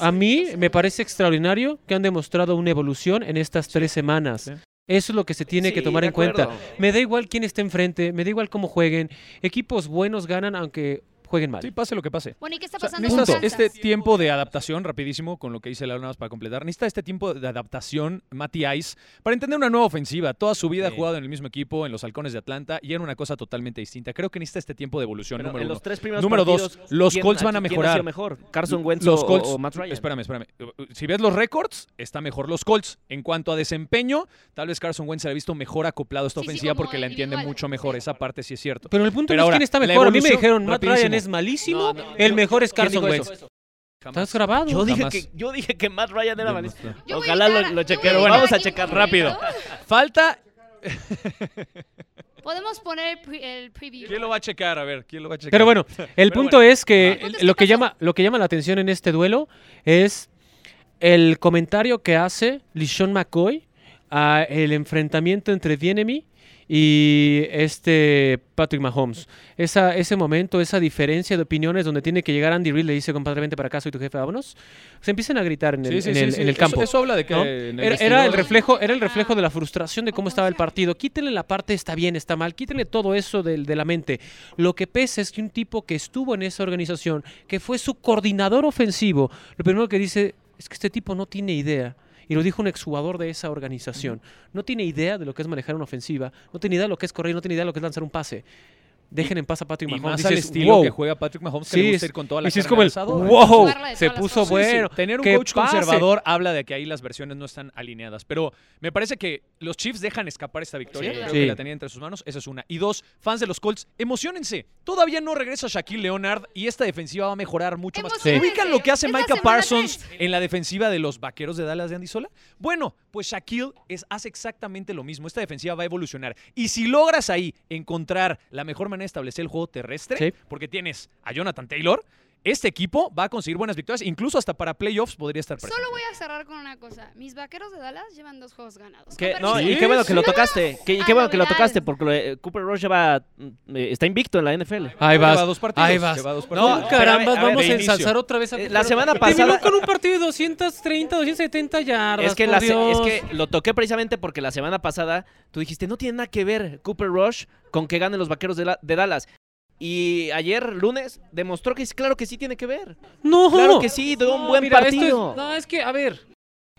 C: A mí me parece extraordinario que han demostrado una evolución en estas tres semanas.
B: sí.
C: Eso es lo que se tiene que
D: Sí,
C: tomar
D: de
C: en cuenta.
D: acuerdo.
C: Me da igual quién esté enfrente, me da igual cómo jueguen. Equipos buenos ganan aunque jueguen mal.
B: Sí, pase lo que pase.
A: Bueno, ¿y qué está
B: O sea,
A: pasando en
B: necesitas
A: Kansas?
B: este tiempo de adaptación, rapidísimo, con lo que dice Laura nada más para completar. Necesita este tiempo de adaptación, Matty Ice, para entender una nueva ofensiva. Toda su vida ha
D: Sí.
B: jugado en el mismo equipo, en los halcones de Atlanta, y era una cosa totalmente distinta. Creo que necesita este tiempo de evolución,
D: Pero
B: número
D: en
B: uno.
D: los tres primeros
B: Número dos,
D: partidos,
B: los
D: ¿quién
B: Colts
D: ha-
B: van a
D: quién ha
B: mejorar.
D: sido mejor? Carson Wentz
B: los
D: o-
B: Colts,
D: o Matt Ryan.
B: Espérame, espérame. Si ves los récords, está mejor los Colts. En cuanto a desempeño, tal vez Carson Wentz se ha visto mejor acoplado a esta
A: Sí, sí,
B: ofensiva
A: como
B: porque la entiende
A: individual.
B: mucho mejor. Esa parte sí es cierto.
C: Pero el punto
B: Pero
C: no es
B: ahora,
C: quién está
B: la
C: mejor. A mí me
B: evolución,
C: dijeron, Matt Ryan
B: rapidísimo.
C: es malísimo,
D: No, no,
C: el
D: yo-
C: mejor es
D: ¿Quién
C: Carson
D: dijo
C: Wentz.
D: eso?
C: Estás grabado.
D: Yo dije,
B: Jamás.
D: que, yo dije que Matt Ryan era malísimo.
A: Yo voy a
D: Ojalá lo,
A: evitar-
D: lo
A: yo voy a
D: chequearon.
A: evitar
D: Vamos a
A: aquí un
D: checar
A: momento.
D: rápido.
B: Falta.
A: Podemos poner el, pre- el preview.
B: ¿Quién lo va a checar? A ver, ¿quién lo va a checar?
C: Pero bueno, el
B: Pero
C: punto
B: bueno.
C: es que
A: Entonces,
C: lo
A: ¿qué
C: que
A: pasó?
C: llama lo que llama la atención en este duelo es el comentario que hace Lishon McCoy a el enfrentamiento entre Bienemy y este Patrick Mahomes. Esa, ese momento, esa diferencia de opiniones donmente tiene que llegar Andy Reid, le dice compadre, vente para acá, soy tu jefe, vámonos. Se empiezan a gritar en el,
B: Sí, sí,
C: en
B: sí,
C: el-
B: sí.
C: en el
B: Eso-
C: campo.
B: Eso, habla de que.
C: ¿no?
B: en
C: Era,
B: vestidor-
C: era el reflejo, era el reflejo
A: Ah.
C: de la frustración de cómo estaba el partido. Quítenle la parte está bien, está mal, quítenle todo eso del- de, la mente. Lo que pesa es que un tipo que estuvo en esa organización, que fue su coordinador ofensivo, lo primero que dice es que este tipo no tiene idea. Y lo dijo un exjugador de esa organización. No tiene idea de lo que es manejar una ofensiva, no tiene idea de lo que es correr, no tiene idea de lo que es lanzar un pase. Dejen en paz a Patrick
B: Y
C: Mahomes.
B: más
C: Dices,
B: al estilo
C: "Wow".
B: que juega Patrick Mahomes, que
C: Sí,
B: le
C: es-
B: gusta ir con toda la
C: y sí es
B: carne
C: como el
B: lanzadora.
C: wow,
A: Jugarla de
C: se
A: todas las
C: puso
A: formas.
B: Sí, sí.
C: bueno.
B: Tener un
C: que
B: coach
C: pase.
B: conservador habla de que ahí las versiones no están alineadas. Pero me parece que los Chiefs dejan escapar esta victoria.
D: Sí.
B: Creo
C: Sí.
B: que la tenían entre sus manos. Esa es una. Y dos, fans de los Colts, emocionense. Todavía no regresa Shaquille Leonard y esta defensiva va a mejorar mucho más.
A: Emocionense.
B: ¿Ubican lo que hace
A: Es la
B: Micah
A: semana
B: Parsons
A: tres.
B: en la defensiva de los vaqueros de Dallas de Andy Sola? Bueno, Pues Shaquille es, hace exactamente lo mismo. Esta defensiva va a evolucionar. Y si logras ahí encontrar la mejor manera de establecer el juego terrestre,
C: Sí.
B: porque tienes a Jonathan Taylor, este equipo va a conseguir buenas victorias. Incluso hasta para playoffs podría estar presente.
A: Solo voy a cerrar con una cosa. Mis vaqueros de Dallas llevan dos juegos ganados.
D: Que-
A: Con
D: no,
A: permiso.
D: y qué bueno que lo tocaste. Que, y qué bueno que lo
A: Adorar.
D: tocaste, porque lo de- Cooper Rush ya va, mm, eh, está invicto en la NFL.
C: Ahí
B: Lleva
C: vas.
B: dos partidos,
C: Ahí vas.
B: lleva dos partidos.
C: No,
D: No,
C: caramba,
D: pero a ver, a ver,
C: vamos a
D: de
C: ensalzar
B: inicio.
C: otra vez a
D: Eh, la semana
C: Terminó
D: pasada-
C: con un partido de 230, 270 yardas.
D: Es que,
C: por
D: la se-
C: Dios.
D: es que lo toqué precisamente porque la semana pasada tú dijiste, no tiene nada que ver Cooper Rush con que ganen los vaqueros de, la- de Dallas. Y ayer, lunes, demostró que sí, claro que sí tiene que ver.
C: No,
D: Claro que sí, dio un
C: No,
D: buen
C: mira, esto
D: partido.
C: es- no, es que, a ver.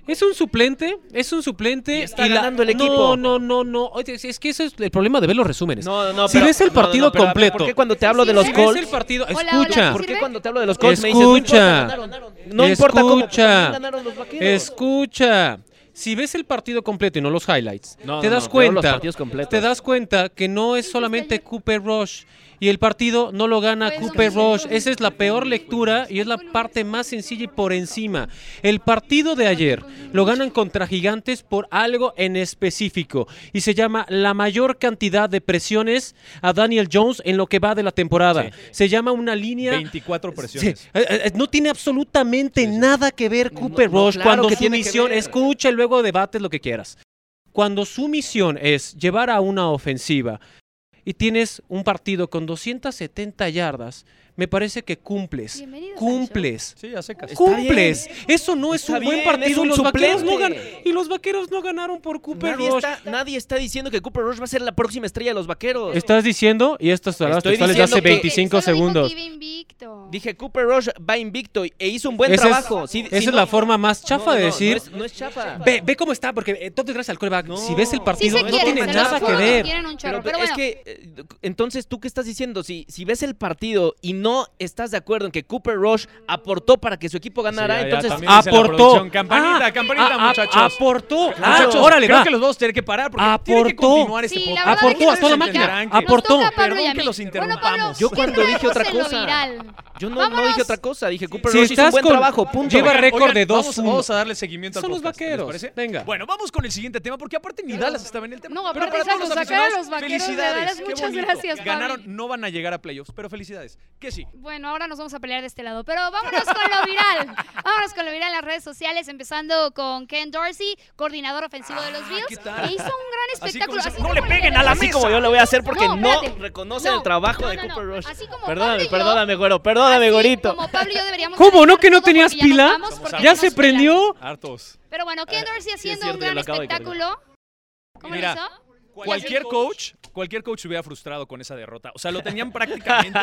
C: Es un suplente, es un suplente.
D: Y está
C: la-
D: ganando el
C: No,
D: equipo.
C: no, no, no. Oye, es que eso es el problema de ver los resúmenes.
D: No, no,
C: Si ves el
D: no, no,
C: partido
D: pero a ver,
C: completo.
D: ¿Por qué cuando te hablo de
A: Sí,
D: los
C: Si
A: sí,
C: ves
D: Colts?
C: el partido,
A: Hola, hola,
C: escucha.
D: ¿Por qué
A: ¿Sirve?
D: cuando te hablo de los Colts
C: Escucha.
D: me dices, no importa, ganaron, ganaron"? No importa cómo, pero
C: Escucha.
D: también ganaron los vaqueros.
C: Escucha. Si ves el partido completo y no los highlights,
D: No,
C: te das
D: no, no, veo los
C: cuenta.
D: partidos completos.
C: Te das cuenta que no es solamente
A: ayer?
C: Cooper Rush y el partido no lo gana
A: Pues,
C: Cooper
A: hombre,
C: Rush. Esa es la peor lectura y es la parte más sencilla y por encima. El partido de ayer lo ganan contra Gigantes por algo en específico y se llama la mayor cantidad de presiones a Daniel Jones en lo que va de la temporada. Se llama una línea
B: 24
C: Sí,
B: presiones.
C: eh, eh, no tiene absolutamente nada que ver
D: No,
C: Cooper
D: no,
C: Rush
D: claro
C: cuando
D: que
C: su
D: tiene que
C: misión,
D: ver.
C: escucha y luego debates lo que quieras. Cuando su misión es llevar a una ofensiva y tienes un partido con 270 yardas, me parece que cumples.
A: Bienvenidos al
C: Cumples.
B: Sí, a secas.
D: Está
C: Cumples. Eso no es
D: Está
C: un buen
D: bien,
C: partido.
D: es un
C: y, los vaqueros no
D: suplente.
C: gan- y los vaqueros no ganaron por Cooper
D: Nadie
C: Rush.
D: está, nadie está diciendo que Cooper Rush va a ser la próxima estrella de los vaqueros.
C: Estás diciendo, y estas palabras
D: Estoy
C: textuales de hace
D: diciendo que-
C: 25
A: Solo dijo que
C: segundos.
A: iba invicto.
D: Dije, Cooper Rush va invicto y- e hizo un buen
C: Esa es-
D: trabajo. Si-
C: Esa
D: si
C: es
D: no-
C: la forma más
D: no,
C: chafa
D: no,
C: de
D: no,
C: decir.
D: No es, no es chafa.
C: Ve, ve cómo está, porque eh, todo es gracias al coreback.
D: No.
C: Si ves el
A: Sí
C: partido,
A: se
C: no
A: quieren,
C: tiene
A: se los
C: nada que
A: juro,
C: ver.
A: quieren un chorro, pero
D: Pero
A: bueno.
D: Es que, eh, entonces, ¿tú qué estás diciendo? Si, si ves el partido y no estás de acuerdo en que Cooper Rush aportó para que su equipo ganara,
B: ya, ya,
D: entonces... ah,
B: también. dice la
C: Aportó. Ah,
B: producción, campanita, campanita, muchachos.
C: Aportó.
D: Claro.
B: Ah,
C: Muchachos, órale,
B: creo
C: va.
B: que los vamos a tener que parar porque tiene que
C: Aportó.
B: continuar este
A: Sí, la
B: podcast.
A: verdad
C: Aportó
A: es que
C: a toda la máquina.
B: Entenderán que-
C: Aportó.
A: Nos toca a Pablo y
B: Perdón
A: a
B: que
A: mí.
B: los
A: Bueno, Pablo,
B: interrumpamos.
D: Yo cuando
A: siempre
D: dije otra
A: vamos en lo
D: cosa.
A: viral.
D: Yo no, no dije
A: Vámonos.
D: otra cosa, dije Cooper
C: Si
D: Rush hizo
C: estás
D: un buen
C: con-
D: trabajo, punto.
C: lleva
B: Oigan,
C: récord de
B: vamos-
C: 2-1.
B: Vamos a darle seguimiento al
C: Son los
B: podcast, ¿les
C: vaqueros.
B: parece?
C: Venga.
B: Bueno, vamos con el siguiente tema, porque aparte ni Dallas estaba en el tema.
A: No,
B: Pero
A: aparte
B: para
A: se
B: todos los
A: sacaron
B: aficionados,
A: los vaqueros de
B: felicidades,
A: Dallas.
B: qué
A: Muchas
B: bonito.
A: gracias, Fabi.
B: Ganaron, no van a llegar a playoffs, pero felicidades. Que sí.
A: Bueno, ahora nos vamos a pelear de este lado, pero vámonos con lo viral. Vámonos con lo viral en las redes sociales, empezando con Ken Dorsey, coordinador ofensivo de los Bills,
B: ¿qué tal?
A: que hizo un gran
B: como
A: espectáculo.
B: dice,
A: así
B: "No
A: como
B: le peguen a la
D: Así como yo lo voy a hacer porque no,
A: espérate.
D: reconocen
A: No,
D: el trabajo
A: no,
D: de
A: no, no.
D: Cooper Rush.
A: Así como Pablo
D: perdóname,
A: y yo-
D: perdóname, güero, perdóname,
A: Así
D: güerito.
A: Como Pablo y yo deberíamos
C: ¿Cómo? ¿No
A: dejar
C: que no
A: todo
C: tenías
A: porque ya nos
C: pila?
A: vamos, porque
C: ¿Ya
A: nos
C: se
A: pelan.
C: prendió?
B: Hartos.
A: Pero bueno, Ken Dorsey haciendo
D: cierto,
A: un
D: ya
A: gran
D: lo acabo de
A: espectáculo. ¿Cómo lo
B: Mira,
A: hizo?
B: Cualquier coach, cualquier coach se hubiera frustrado con esa derrota. O sea, lo tenían prácticamente,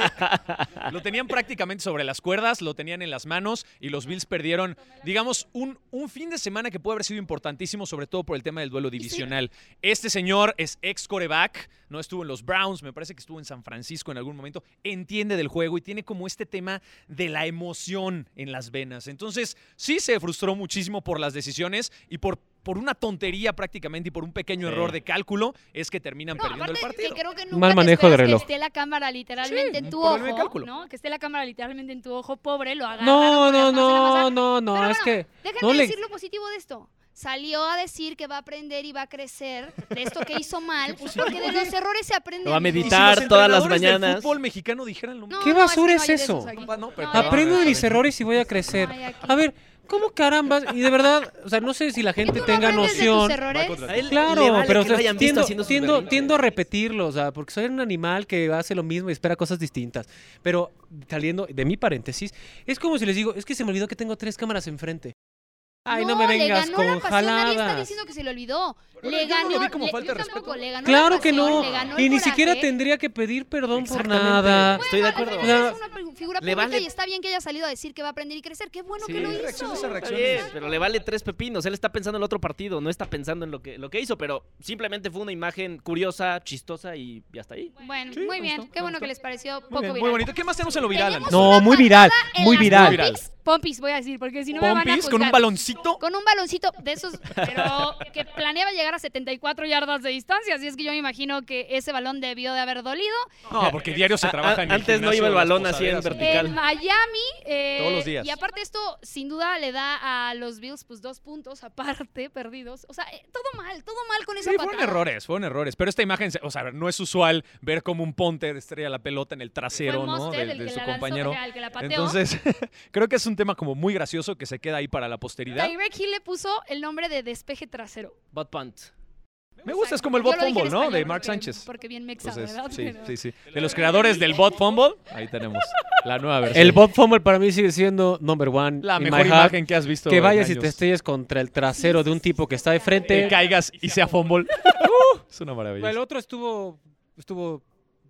B: lo tenían prácticamente sobre las cuerdas, lo tenían en las manos y los Bills perdieron, digamos, un, un fin de semana que puede haber sido importantísimo, sobre todo por el tema del duelo divisional. Este señor es ex coreback, no estuvo en los Browns, me parece que estuvo en San Francisco en algún momento, entiende del juego y tiene como este tema de la emoción en las venas. Entonces, sí se frustró muchísimo por las decisiones y por por una tontería prácticamente y por un pequeño
D: Sí.
B: error de cálculo es que terminan
A: No,
B: perdiendo el
A: aparte que
B: partido.
A: creo que nunca
C: Mal
A: te
C: manejo de
A: esperas
C: reloj.
A: Que esté la cámara literalmente
B: Sí,
A: en
B: un
A: tu
B: problema de
A: ojo,
B: cálculo.
A: ¿no? Que esté la cámara literalmente en tu ojo, pobre, lo agarra.
C: No, no, no, no, no.
A: Pero
C: es
A: bueno,
C: que.
A: déjenme
C: no le-
A: decir lo positivo de esto. Salió a decir que va a aprender y va a crecer de esto que hizo mal, porque de los errores se aprende.
D: Lo va a
A: amigos.
B: Y si los
D: meditar todas las
B: entrenadores del
D: mañanas.
B: fútbol mexicano dijeran lo mismo.
A: No,
C: ¿Qué
A: no, es
C: basura
A: que no
C: es
A: hay de
C: eso?
A: esos aquí.
B: Compa, no, pero- pues,
A: No,
B: Aprende
C: Aprendo de
B: Perdón,
C: mis
B: perdón.
C: errores y voy a crecer.
A: No hay aquí.
C: A ver, ¿cómo caramba? Y de verdad, o sea, no sé si la
A: ¿Por qué
C: gente
A: tú no
C: tenga
A: aprendes de tus
C: noción.
A: errores?
B: Va contra-
D: A él le
C: Claro,
D: vale
C: pero
D: que
C: o
D: lo
C: sea,
D: hayan visto
C: tiendo,
D: haciendo sus
C: tiendo-
D: berrinches.
C: tiendo a repetirlo, o sea, porque soy un animal que hace lo mismo y espera cosas distintas. Pero saliendo de mi paréntesis, es como si les digo, es que se me olvidó que tengo tres cámaras enfrente. Ay, no, me
A: le
C: vengas
A: ganó la
C: con
A: pasión, Nadie está
C: jaladas.
A: diciendo que se le olvidó.
B: Pero
A: le
B: yo no
A: ganó.
B: lo vi como
A: le-
B: falta
A: yo
B: de
A: tampoco,
B: respeto.
A: le ganó la
C: Claro que
A: pasión,
C: no.
A: le ganó el
C: Y ni
A: coraje.
C: siquiera tendría que pedir perdón por
D: Exactamente.
C: nada.
D: Estoy de
A: Bueno, al
D: acuerdo.
A: final
C: No.
A: Es una pri- figura
D: Le
A: pública
D: vale-
A: y está bien que haya salido a decir que va a aprender y crecer. Qué bueno que
D: Sí,
A: lo
D: la
A: hizo.
B: reacción de esa reacción.
D: Está bien, pero le vale tres pepinos. Él está pensando en el otro partido, no está pensando en lo que, lo que hizo, pero simplemente fue una imagen curiosa, chistosa y ya está ahí.
A: Bueno,
B: Sí,
A: muy
B: me
A: bien.
B: gustó,
A: Qué
B: me
A: bueno
B: gustó.
A: que les pareció
B: Muy,
A: poco
B: bien, muy
A: viral.
B: bonito. ¿Qué más tenemos en lo viral?
A: Tenemos
B: Andrés?
C: No,
A: una
C: muy viral,
A: patada en
C: muy
A: las
C: viral.
A: topics Pompis, voy a decir, porque si no me van a
B: Pompis
A: juzgar.
B: con un baloncito.
A: Con un baloncito de esos, pero que planeaba llegar a 74 yardas de distancia, así es que yo me imagino que ese balón debió de haber dolido.
B: No, porque diario se
D: A-
B: trabaja
D: a-
B: en el
D: antes no
B: gimnasio
D: iba el
B: de las
D: balón así en
B: posaderas.
D: vertical.
A: En Miami. eh,
B: Todos los días.
A: Y aparte esto, sin duda, le da a los Bills pues dos puntos aparte, perdidos. O sea, eh, todo mal, todo mal con esa
B: Sí,
A: patada.
B: fueron errores, fueron errores. Pero esta imagen, se- o sea, no es usual ver como un ponter estrella la pelota en el
A: Fue
B: trasero, ¿no?
A: Mostert
B: De,
A: el
B: de
A: que
B: su
A: la lanzó,
B: compañero.
A: o sea, el que la pateó.
B: Entonces, creo que es un tema como muy gracioso que se queda ahí para la posteridad.
A: Tyreek Hill le puso el nombre de despeje trasero.
D: Butt punt.
B: Me gusta, es como el
A: Yo
B: bot
A: lo dije en
B: fumble, ¿no?
A: español
B: De Mark
A: porque-
B: Sánchez.
A: Porque bien mexado,
B: Entonces,
A: ¿verdad?
B: sí,
A: Pero-
B: sí, sí. De los creadores del bot fumble, ahí tenemos la nueva versión.
C: El Bob Fumble para mí sigue siendo number one.
B: la
C: in
B: mejor
C: my heart.
B: imagen que has visto.
C: Que
B: en
C: vayas y
B: años.
C: te estrellas contra el trasero de un tipo que está de
B: Te
D: Eh,
C: frente.
B: caigas y sea fumble.
C: Uh,
B: es una maravilla.
C: El otro estuvo estuvo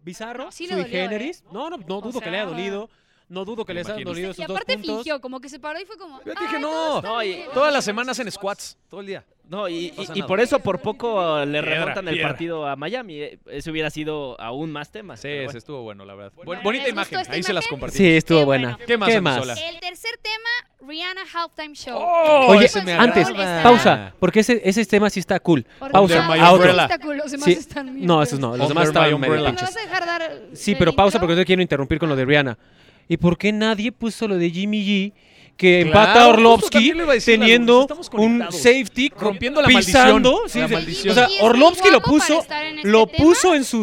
C: bizarro,
A: No, sí le
C: sui
A: dolió, ¿eh?
C: generis. No, no, no
A: O
C: dudo que le haya
A: sea-
C: dolido. No dudo que
B: Me
C: le haya
B: imagino.
C: dolido
A: Y
C: esos dos
A: aparte
C: puntos.
A: fingió, como que se paró y fue como. "Ah,
B: Yo
A: "Ay,
B: dije,
A: todo
B: no.
A: está
D: No, y-
A: bien".
B: Todas las semanas en squats, todo el día.
D: No, y,
B: pasa
D: y- y
B: nada.
D: por eso por poco le
B: Piedra,
D: remontan el
B: piedra.
D: partido a Miami. eh, Ese hubiera sido aún más tema.
B: Sí,
D: pero bueno.
B: ese estuvo bueno, la verdad. Bu-
A: Bueno,
B: bonita
A: ¿les gustó
B: imagen,
A: esta
B: ahí se las
A: imagen?
B: compartí.
C: Sí, estuvo
A: Qué
C: buena.
A: bueno.
B: ¿Qué más,
C: ¿Qué
B: Anzola?
C: más?
A: El tercer tema, Rihanna Halftime Show.
B: Oh,
C: Oye,
A: pues,
B: ese me
C: antes,
B: agrada.
C: pausa, porque ese, ese tema sí está cool.
A: Porque
C: Pausa,
A: ya-
B: my
C: a otro.
B: umbrella.
A: obstáculos, demás
C: Sí.
A: están bien
C: No, esos
A: feos.
C: no,
B: Under
C: los demás
B: my
C: estaban medio
B: umbrella.
A: ¿Me
C: pinches.
A: vas a dejar dar
C: Sí,
A: el
C: pero pausa
A: intro?
C: porque yo quiero interrumpir con lo de Rihanna. ¿Y por qué nadie puso lo de Jimmy G que
B: Claro,
C: empata a
B: justo
C: Orlovsky
B: también le iba a decir la luz,
C: teniendo
B: estamos
C: un
B: conectados.
C: safety
B: Rompiendo la
C: pisando?
B: maldición,
C: sí,
B: la
C: sí.
B: maldición.
C: O sea,
A: Y es muy
C: Orlovsky lo
A: guapo para
C: puso,
A: estar en este
C: lo
A: tema
C: puso en su
A: y
C: y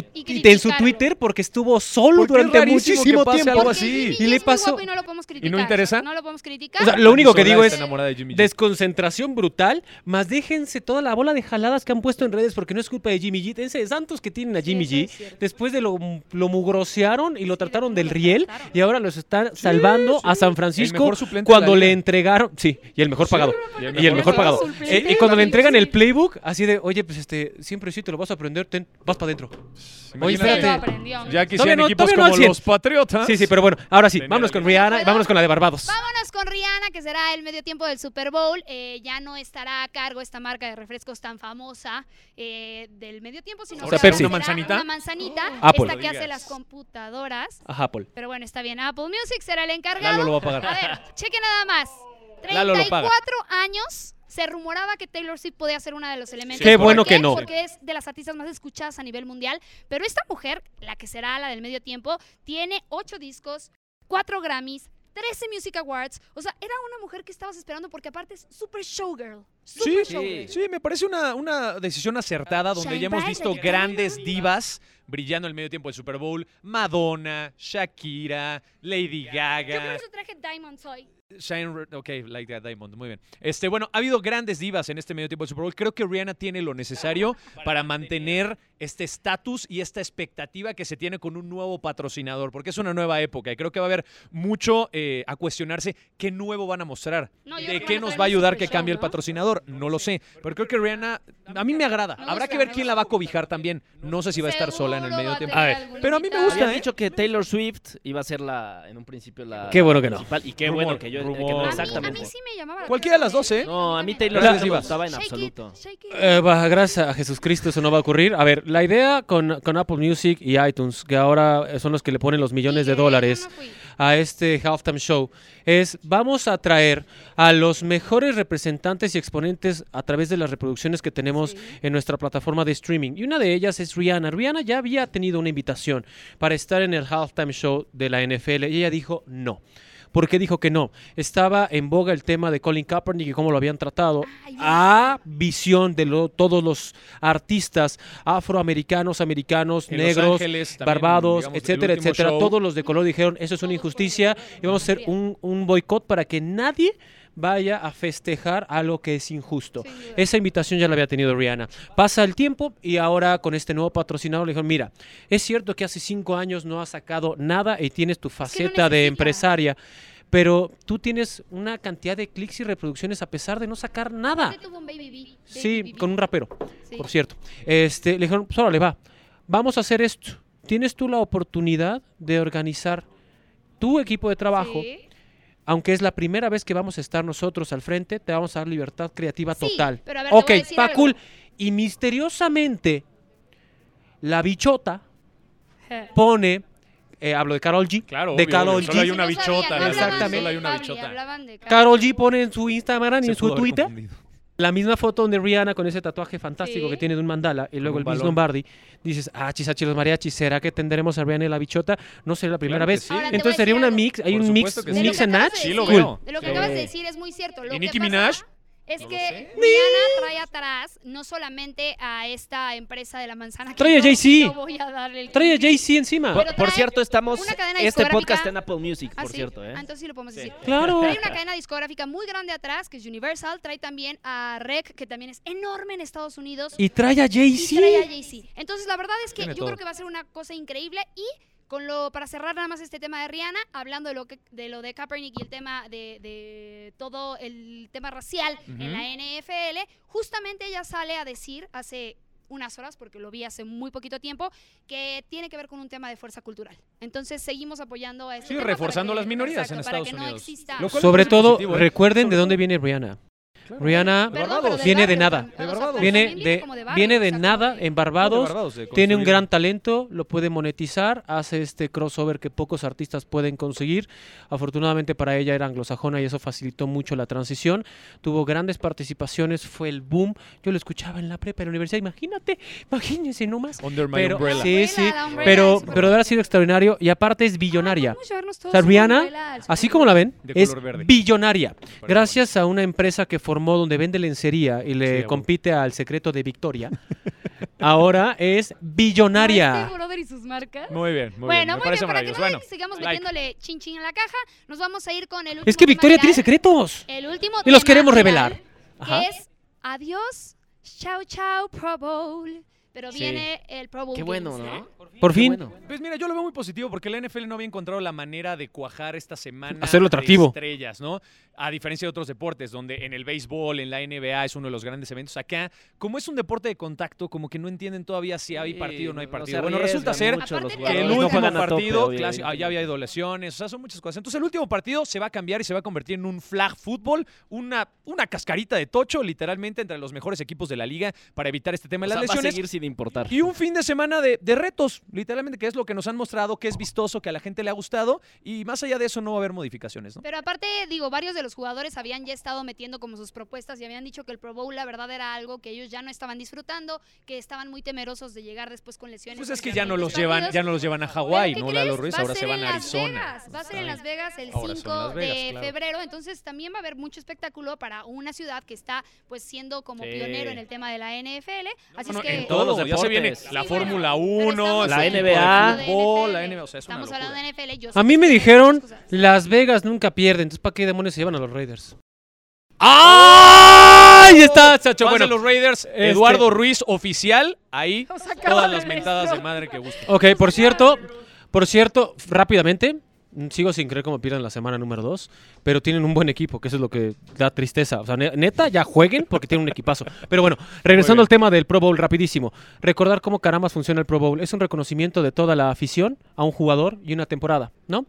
C: en su
A: criticarlo.
C: Twitter porque estuvo solo
B: Porque es
C: durante
B: rarísimo
C: muchísimo
B: que pase
C: tiempo.
B: algo
A: Porque
B: así.
A: Jimmy G
C: Y le
A: es muy
C: pasó-
A: guapo y no lo podemos criticar.
B: interesa?
A: No lo podemos criticar.
C: O sea, lo único que
B: Anzola
C: digo
B: está
C: es
B: enamorada de Jimmy G.
C: desconcentración brutal, más déjense toda la bola de jaladas que han puesto en redes porque no es culpa de Jimmy G. Dense de santos que tienen a
A: Sí,
C: Jimmy
A: eso es
C: G.
A: cierto.
C: Después de lo, lo mugrosearon y lo trataron
A: cómo
C: del
A: lo
C: riel
A: trataron.
C: y ahora los están salvando a San Francisco
B: mejor suplente de
C: cuando
B: la
C: le
B: liga.
C: entregaron. Sí, y el mejor pagado.
B: Y el
C: Y el mejor pagado.
A: suplente
C: Eh,
A: de
C: y
A: la
C: cuando le
A: liga,
C: entregan
A: sí.
C: el playbook, así de, oye, pues este, siempre sí te lo vas a aprender, ten, vas para adentro. Oye,
A: Sí, lo
C: espérate.
A: aprendió, hombre.
B: Ya
C: Todavía
B: quisieran
C: no-
B: equipos
C: todavía no
B: como
C: al cien.
B: los Patriotas.
C: Sí, sí, pero bueno, ahora sí,
B: Venía
C: vámonos
B: la
C: con
B: liga.
C: Rihanna y vámonos con la de Barbados.
A: Vámonos con Rihanna, que será el medio tiempo del Super Bowl. Eh, ya no estará a cargo esta marca de refrescos tan famosa eh, del medio tiempo, sino
B: O
C: sea,
A: que ahora
C: Pepsi.
A: será
B: ¿Una manzanita?
A: Una manzanita,
C: Apple.
A: esta que
B: No
A: hace
B: digas.
A: las computadoras.
C: Ajá, Paul.
A: Pero bueno, está bien. Apple Music será el encargado.
C: Lalo lo va a
A: A
C: pagar.
A: ver, cheque nada más.
C: Lalo lo
A: 34
C: paga.
A: años. Se rumoraba que Taylor Swift podía ser una de los elementos.
C: Qué
A: ¿Por
C: bueno
A: qué?
C: que no.
A: Porque es de las artistas más escuchadas a nivel mundial. Pero esta mujer, la que será la del medio tiempo, tiene 8 discos, 4 Grammys, 13 Music Awards. O sea, era una mujer que estabas esperando porque aparte es super showgirl. Super
B: Sí,
A: showgirl.
B: Sí, me parece una, una decisión acertada donde ya hemos visto grandes divas brillando en el medio tiempo del Super Bowl. Madonna, Shakira, Lady
A: Yo por
B: Gaga.
A: eso traje Diamonds hoy.
B: Shine, Ro- ok, like that Diamond, muy bien. Este, bueno, ha habido grandes divas en este medio tiempo del Super Bowl. Creo que Rihanna tiene lo necesario para mantener este estatus y esta expectativa que se tiene con un nuevo patrocinador, porque es una nueva época y creo que va a haber mucho eh, a cuestionarse qué nuevo van a mostrar,
A: No, yo creo
B: de
A: que
B: qué
A: van a
B: nos
A: traer
B: va a
A: un
B: ayudar
A: super
B: que cambie
A: show,
B: el
A: ¿no?
B: patrocinador, no lo sé, pero creo que Rihanna, a mí me agrada.
A: Me
B: Habrá
A: gusta,
B: que ver
A: me
B: quién la va a cobijar también. No sé si va a estar sola en el
A: Seguro va
B: medio
A: a
B: tiempo.
A: tener A ver. algún
B: pero a mí me
A: invitado.
B: gusta.
D: Habían
B: ¿eh?
D: dicho que Taylor Swift iba a ser la en un principio la
C: Qué bueno que no.
D: principal, y qué
B: Rumor,
D: bueno que yo que no,
B: rumor.
A: A mí, a
D: exactamente.
A: mí sí me llamaba la
B: Cualquiera de las dos,
A: atención,
B: ¿eh?
D: No, a mí
A: también.
D: Taylor
C: Las
D: Swift no me
B: divas.
D: gustaba en
A: Shake it,
D: absoluto.
A: shake it.
C: Eh, baja gracias a Jesucristo, eso no va a ocurrir. A ver, la idea con, con Apple Music y iTunes, que ahora eh, son los que le ponen los millones de
A: Y que yo
C: dólares
A: no fui.
C: a este halftime show, es vamos a traer a los mejores representantes y exponentes a través de las reproducciones que tenemos en nuestra plataforma de streaming. Y una de ellas es Rihanna. Rihanna ya había tenido una invitación para estar en el halftime show de la NFL y ella dijo no. ¿Por qué dijo que no? Estaba en boga el tema de Colin Kaepernick y cómo lo habían tratado
A: Ay,
C: a visión de lo- todos los artistas afroamericanos, americanos,
B: En Los
C: negros,
B: Ángeles también,
C: barbados,
B: digamos, el
C: etcétera,
B: último
C: etcétera.
B: show.
C: Todos los de color dijeron, eso es una injusticia y vamos a hacer un, un boicot para que nadie vaya a festejar algo que es injusto.
A: Sin duda.
C: Esa invitación ya la había tenido Rihanna. Pasa el tiempo y ahora con este nuevo patrocinador le dijeron, mira, es cierto que hace cinco años no has sacado nada y tienes tu
A: que no
C: faceta de
A: necesitas.
C: empresaria, pero tú tienes una cantidad de clics y reproducciones a pesar de no sacar nada.
A: Aparte tuvo un baby bee, baby
C: Ah. Sí,
A: bee.
C: con un rapero,
A: Sí.
C: por cierto. Este, le dijeron, pues le va, vamos a hacer esto. Tienes tú la oportunidad de organizar tu equipo de trabajo,
A: Sí.
C: aunque es la primera vez que vamos a estar nosotros al frente, te vamos a dar libertad creativa
A: Sí,
C: total.
A: pero a ver, te
C: ok,
A: voy a decir
C: está
A: algo.
C: cool. Y misteriosamente, la bichota
A: Eh.
C: pone Eh, hablo de Carol G.
B: Claro,
C: de
B: obvio,
C: Carol
B: obvio.
C: G.
B: Solo hay
A: Sí,
B: una
A: no sabía,
B: bichota.
A: no
B: ¿no?
C: Exactamente.
B: Solo hay una
A: hablaban de Carly,
B: bichota.
A: hablaban de
C: Carol G pone en su Instagram y
B: Se
C: en su
B: pudo haber
C: Twitter
B: confundido.
C: la misma foto donde Rihanna con ese tatuaje fantástico
A: Sí.
C: que tiene de un mandala y luego
B: un
C: el Vince
B: balón.
C: Lombardi dices, ah, chisachi los mariachis, ¿será que tendremos a Rihanna y la bichota? No será la primera
B: Claro que
C: vez.
B: sí. Ahora te voy a
C: Entonces sería
A: decir
C: una
A: algo.
C: mix, hay
B: Por
C: un mix,
B: supuesto que
C: un
B: sí.
C: mix
A: De
C: and
A: lo que
C: match.
A: acabas
B: Sí,
A: de
B: lo
A: decir,
B: veo.
A: De lo que
C: Sí.
A: acabas de decir es muy cierto. Lo
B: ¿Y
A: que
B: Nicki
A: pasa
B: Minaj?
A: Es
B: No lo
A: que
B: sé.
A: Rihanna trae atrás no solamente a esta empresa de la manzana que
C: Trae a
A: no-
C: Jay-Z.
A: no voy a darle el
C: Trae a
A: crédito.
C: Jay-Z encima.
A: Pero
D: Por, por
A: trae
D: cierto, estamos.
A: una cadena
D: Este
A: discográfica-
D: podcast en Apple Music,
A: Ah,
D: por
A: sí.
D: cierto, ¿eh?
A: Ah, Entonces sí lo podemos
D: Sí.
A: decir.
C: Claro.
A: Trae una cadena discográfica muy grande atrás, que es Universal. Trae también a Rec, que también es enorme en Estados Unidos.
C: Y trae a
A: y trae a
C: Jay-Z.
A: Jay-Z. Entonces, la verdad es que
B: Tiene
A: yo
B: todo.
A: creo que va a ser una cosa increíble. Y con lo para cerrar nada más este tema de Rihanna, hablando de lo, que, de, lo de Kaepernick y el tema de, de todo el tema racial
B: Ujú.
A: en la NFL, justamente ella sale a decir hace unas horas, porque lo vi hace muy poquito tiempo, que tiene que ver con un tema de fuerza cultural. Entonces, seguimos apoyando a este
B: Sí,
A: tema
B: reforzando
A: para que-
B: las minorías
A: exacto,
B: en
A: para
B: Estados
A: que
B: Unidos.
A: No exista.
B: Lo cual
C: Sobre
B: es
C: todo,
B: positivo, ¿eh?
C: recuerden
B: Sobre
C: de dónde
B: todo.
C: viene Rihanna.
B: Claro.
C: Rihanna
A: Perdón,
B: Barbados.
A: pero
C: Viene de
A: barrio,
C: nada.
A: perdón.
B: De
A: O sea,
B: Barbados.
C: viene
A: también viene
C: de,
A: como barrio,
C: viene de
A: exacto,
C: nada
A: como de-
C: en Barbados.
B: Barbados, de
C: Tiene un
B: construir.
C: gran talento, lo puede monetizar, hace este crossover que pocos artistas pueden conseguir. Afortunadamente para ella era anglosajona y eso facilitó mucho la transición. Tuvo grandes participaciones, fue el boom. Yo lo escuchaba en la prepa, en la universidad, imagínate, imagínense nomás.
B: Under my
C: Pero,
B: umbrella.
C: sí,
A: Umbrella,
C: sí,
A: la umbrella
C: pero,
A: es súper
C: pero haber sido extraordinario y aparte es billonaria.
A: Vamos a llevarnos todos
C: O sea,
A: una
C: Rihanna,
A: novela al
C: Así
A: supermercado.
C: como la ven,
B: De
C: es
B: color verde.
C: billonaria.
B: Parece
C: Gracias a una empresa que formó donde vende lencería y
B: Sí,
C: le
B: a
C: compite al secreto de Victoria. Ahora es billonaria.
A: Este brother y sus marcas.
B: Muy bien, muy bien.
A: bueno,
B: Me
A: muy
B: parece
A: bien, para que
B: maravilloso.
A: no
B: Bueno,
A: le sigamos
B: like.
A: metiéndole chin chin en la caja, nos vamos a ir con el último
C: Es que
A: tema
C: Victoria tiene
A: viral,
C: secretos.
A: El último
C: Y los
A: tema
C: queremos
A: viral,
C: revelar. Ajá.
A: Que es adiós, chao chao Pro Bowl. Pero
C: Sí.
A: viene el Pro Bowl.
D: Qué
A: Games,
D: bueno, ¿no?
C: Por
D: Qué
C: fin.
D: bueno.
B: Pues mira, yo lo veo muy positivo porque la NFL no había encontrado la manera de cuajar esta semana
C: Hacerlo
B: de
C: atractivo.
B: estrellas, ¿no? A diferencia de otros deportes, donde en el béisbol, en la NBA es uno de los grandes eventos. Acá, como es un deporte de contacto, como que no entienden todavía si hay
D: Sí,
B: partido Eh, o no hay
D: se
B: partido. bueno,
D: arriesgan
B: resulta ser
D: mucho los
A: Aparte,
B: que
D: jugadores,
B: el
A: no
B: último
D: juegan a tope,
B: partido,
D: obviamente.
B: clásico- ah, ya había ido lesiones, o sea, son muchas cosas. Entonces el último partido se va a cambiar y se va a convertir en un flag fútbol, una, una cascarita de tocho, literalmente, entre los mejores equipos de la liga para evitar este tema
D: O
B: de
D: sea,
B: las
D: va a
B: lesiones.
D: seguir sin importar.
B: Y un fin de semana de, de retos, literalmente, que es lo que nos han mostrado, que es vistoso, que a la gente le ha gustado. Y más allá de eso, no va a haber modificaciones, ¿no?
A: Pero aparte, digo, varios de los jugadores habían ya estado metiendo como sus propuestas y habían dicho que el Pro Bowl la verdad era algo que ellos ya no estaban disfrutando, que estaban muy temerosos de llegar después con lesiones.
B: Pues es
A: porque
B: que ya
A: habían
B: no los
A: muchos
B: llevan,
A: partidos.
B: ya no los llevan a
A: Pero,
B: Hawái,
A: ¿qué
B: ¿no?
A: crees?
B: Lalo Ruiz
A: Va
B: ahora se
A: ser
B: van
A: en
B: a
A: Las
B: Arizona.
A: Vegas, Va a ser en Las Vegas el
B: Ahora son
A: 5
B: Las Vegas,
A: de
B: claro.
A: febrero, entonces también va a haber mucho espectáculo para una ciudad que está pues siendo como
D: Sí.
A: pionero en el tema de la NFL, así
B: Bueno,
A: es que
B: en todos los deportes. Ya se viene
D: Sí,
B: la
A: bueno,
B: Fórmula
A: pero
B: 1,
A: estamos
D: la
A: hablando
D: NBA.
A: de
B: fútbol,
A: NFL.
B: la NBA, o sea, es una
A: Estamos
B: locura.
A: hablando de NFL. yo sé
C: A mí
A: que
C: me
A: hay muchas
C: dijeron,
A: cosas.
C: Las Vegas nunca pierde, entonces ¿para qué demonios se llevan a los Raiders? ¡Ay! Está, Sacho.
B: Fans
C: Bueno,
B: de los Raiders,
C: este-
B: Eduardo Ruiz oficial, ahí
A: Nos acaban
B: todas
A: de
B: las mentadas de madre que gustan.
C: Ok, por cierto, por cierto, f- rápidamente, mm, sigo sin creer cómo pierdan la semana número 2, pero tienen un buen equipo, que eso es lo que da tristeza. O sea, ne- neta, ya jueguen porque tienen un equipazo. Pero bueno, regresando
B: Muy bien.
C: al tema del Pro Bowl rapidísimo, recordar cómo carambas funciona el Pro Bowl. Es un reconocimiento de toda la afición a un jugador y una temporada, ¿no?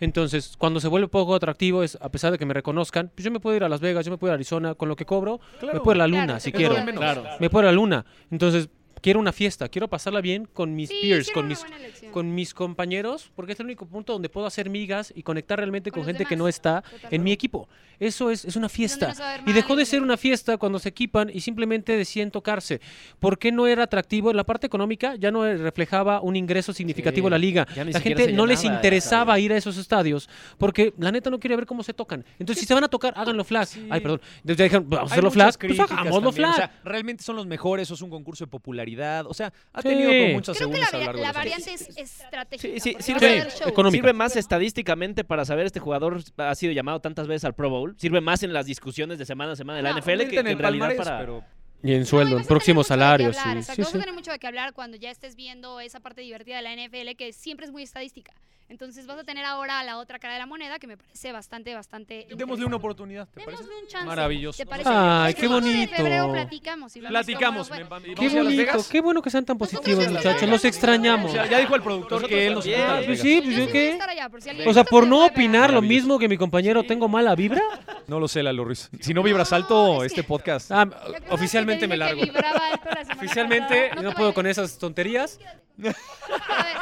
C: Entonces, cuando se vuelve poco atractivo es, a pesar de que me reconozcan, pues yo me puedo ir a Las Vegas, yo me puedo ir a Arizona, con lo que cobro, me puedo ir a la luna
A: Claro,
C: si
A: te
C: quiero,
A: puedo ir a la luna.
C: me puedo ir a la luna. Entonces, quiero una fiesta, quiero pasarla bien con mis
A: Sí,
C: peers,
A: hicieron
C: con
A: una
C: mis,
A: buena elección.
C: con mis compañeros, porque es el único punto donde puedo hacer migas y conectar realmente
A: Con
C: con,
A: los
C: gente que
A: demás.
C: no está
A: Totalmente.
C: en mi equipo. Eso es, es una fiesta.
A: no se va a ver
C: y
A: mal,
C: dejó de
A: donde
C: ser
A: no-
C: una fiesta cuando se equipan y simplemente deciden tocarse. ¿Por qué no era atractivo? La parte económica ya no reflejaba un ingreso significativo a la liga.
D: ya ni
C: La
D: siquiera
C: gente
D: se
C: no les
D: llenaba el
C: interesaba
D: estadio.
C: ir a esos estadios porque la neta no quiere ver cómo se tocan. Entonces, si se van a tocar, háganlo flash. Ay, perdón. Entonces ya dijeron, vamos a
B: Hay
C: hacerlo flash.
B: muchas
C: Pues
B: críticas
C: hagámoslo
B: también,
C: flash.
B: o sea, realmente son los mejores, o es un concurso de popularidad. O sea, ha
C: Sí.
B: tenido como muchas
A: Creo que
B: segundas
A: la,
B: a
A: va-
B: lo largo de
A: la
B: los años.
A: variante es estratégica.
D: Sí, sí,
A: porque
D: sí,
A: va a
D: sí,
A: ser el show.
C: económica.
D: Sirve más estadísticamente para saber este jugador ha sido llamado tantas veces al Pro Bowl. Sirve más en las discusiones de semana a semana de la
A: Claro.
D: NFL que,
B: Ahorita en
D: que Ah, en
B: el
D: realidad
B: palmarés,
D: para...
B: pero
C: Y en
A: No, y vas
C: sueldo, en
A: a tener mucho
C: próximo
A: de qué
C: salario.
A: hablar,
C: sí,
A: exacto,
C: sí,
A: vas
C: sí.
A: a tener mucho de qué hablar cuando ya estés viendo esa parte divertida de la NFL que siempre es muy estadística. Entonces vas a tener ahora la otra cara de la moneda que me parece bastante, bastante.
B: démosle una oportunidad, ¿te parece?
A: Démosle un chance.
B: Maravilloso.
A: ¿Te parece?
C: Ay,
A: El
C: qué
A: 5 de
C: bonito.
A: febrero platicamos. y vemos
B: Platicamos.
A: cómo nos va.
B: me- me-
C: Qué
B: vamos a Las
C: bonito,
B: Vegas.
C: qué bueno que sean tan
A: Nosotros
C: positivos,
A: nos
C: muchachos.
A: quedamos
C: Los
A: en
C: extrañamos.
B: O
A: Vegas.
B: sea, ya dijo el productor que él nos
D: también.
B: invitaba a Las Vegas.
C: Pues sí,
A: Yo sí
C: pues yo
A: voy a
C: qué.
A: estar allá, por si alguien-
C: O sea,
A: Esto
C: por
A: se puede
C: no
A: ver.
C: opinar lo
B: Maravilloso.
C: mismo que mi compañero, tengo mala vibra.
B: No lo sé, Lalo Ruiz. Si no vibras alto, este podcast.
C: Ah,
A: ¿Te acuerdas que te
C: oficialmente me
A: dije que
C: largo.
A: vibraba alto la semana
C: Oficialmente
A: pasada?
C: no
A: te
C: puedo
A: vayas.
C: con esas tonterías.
A: A ver,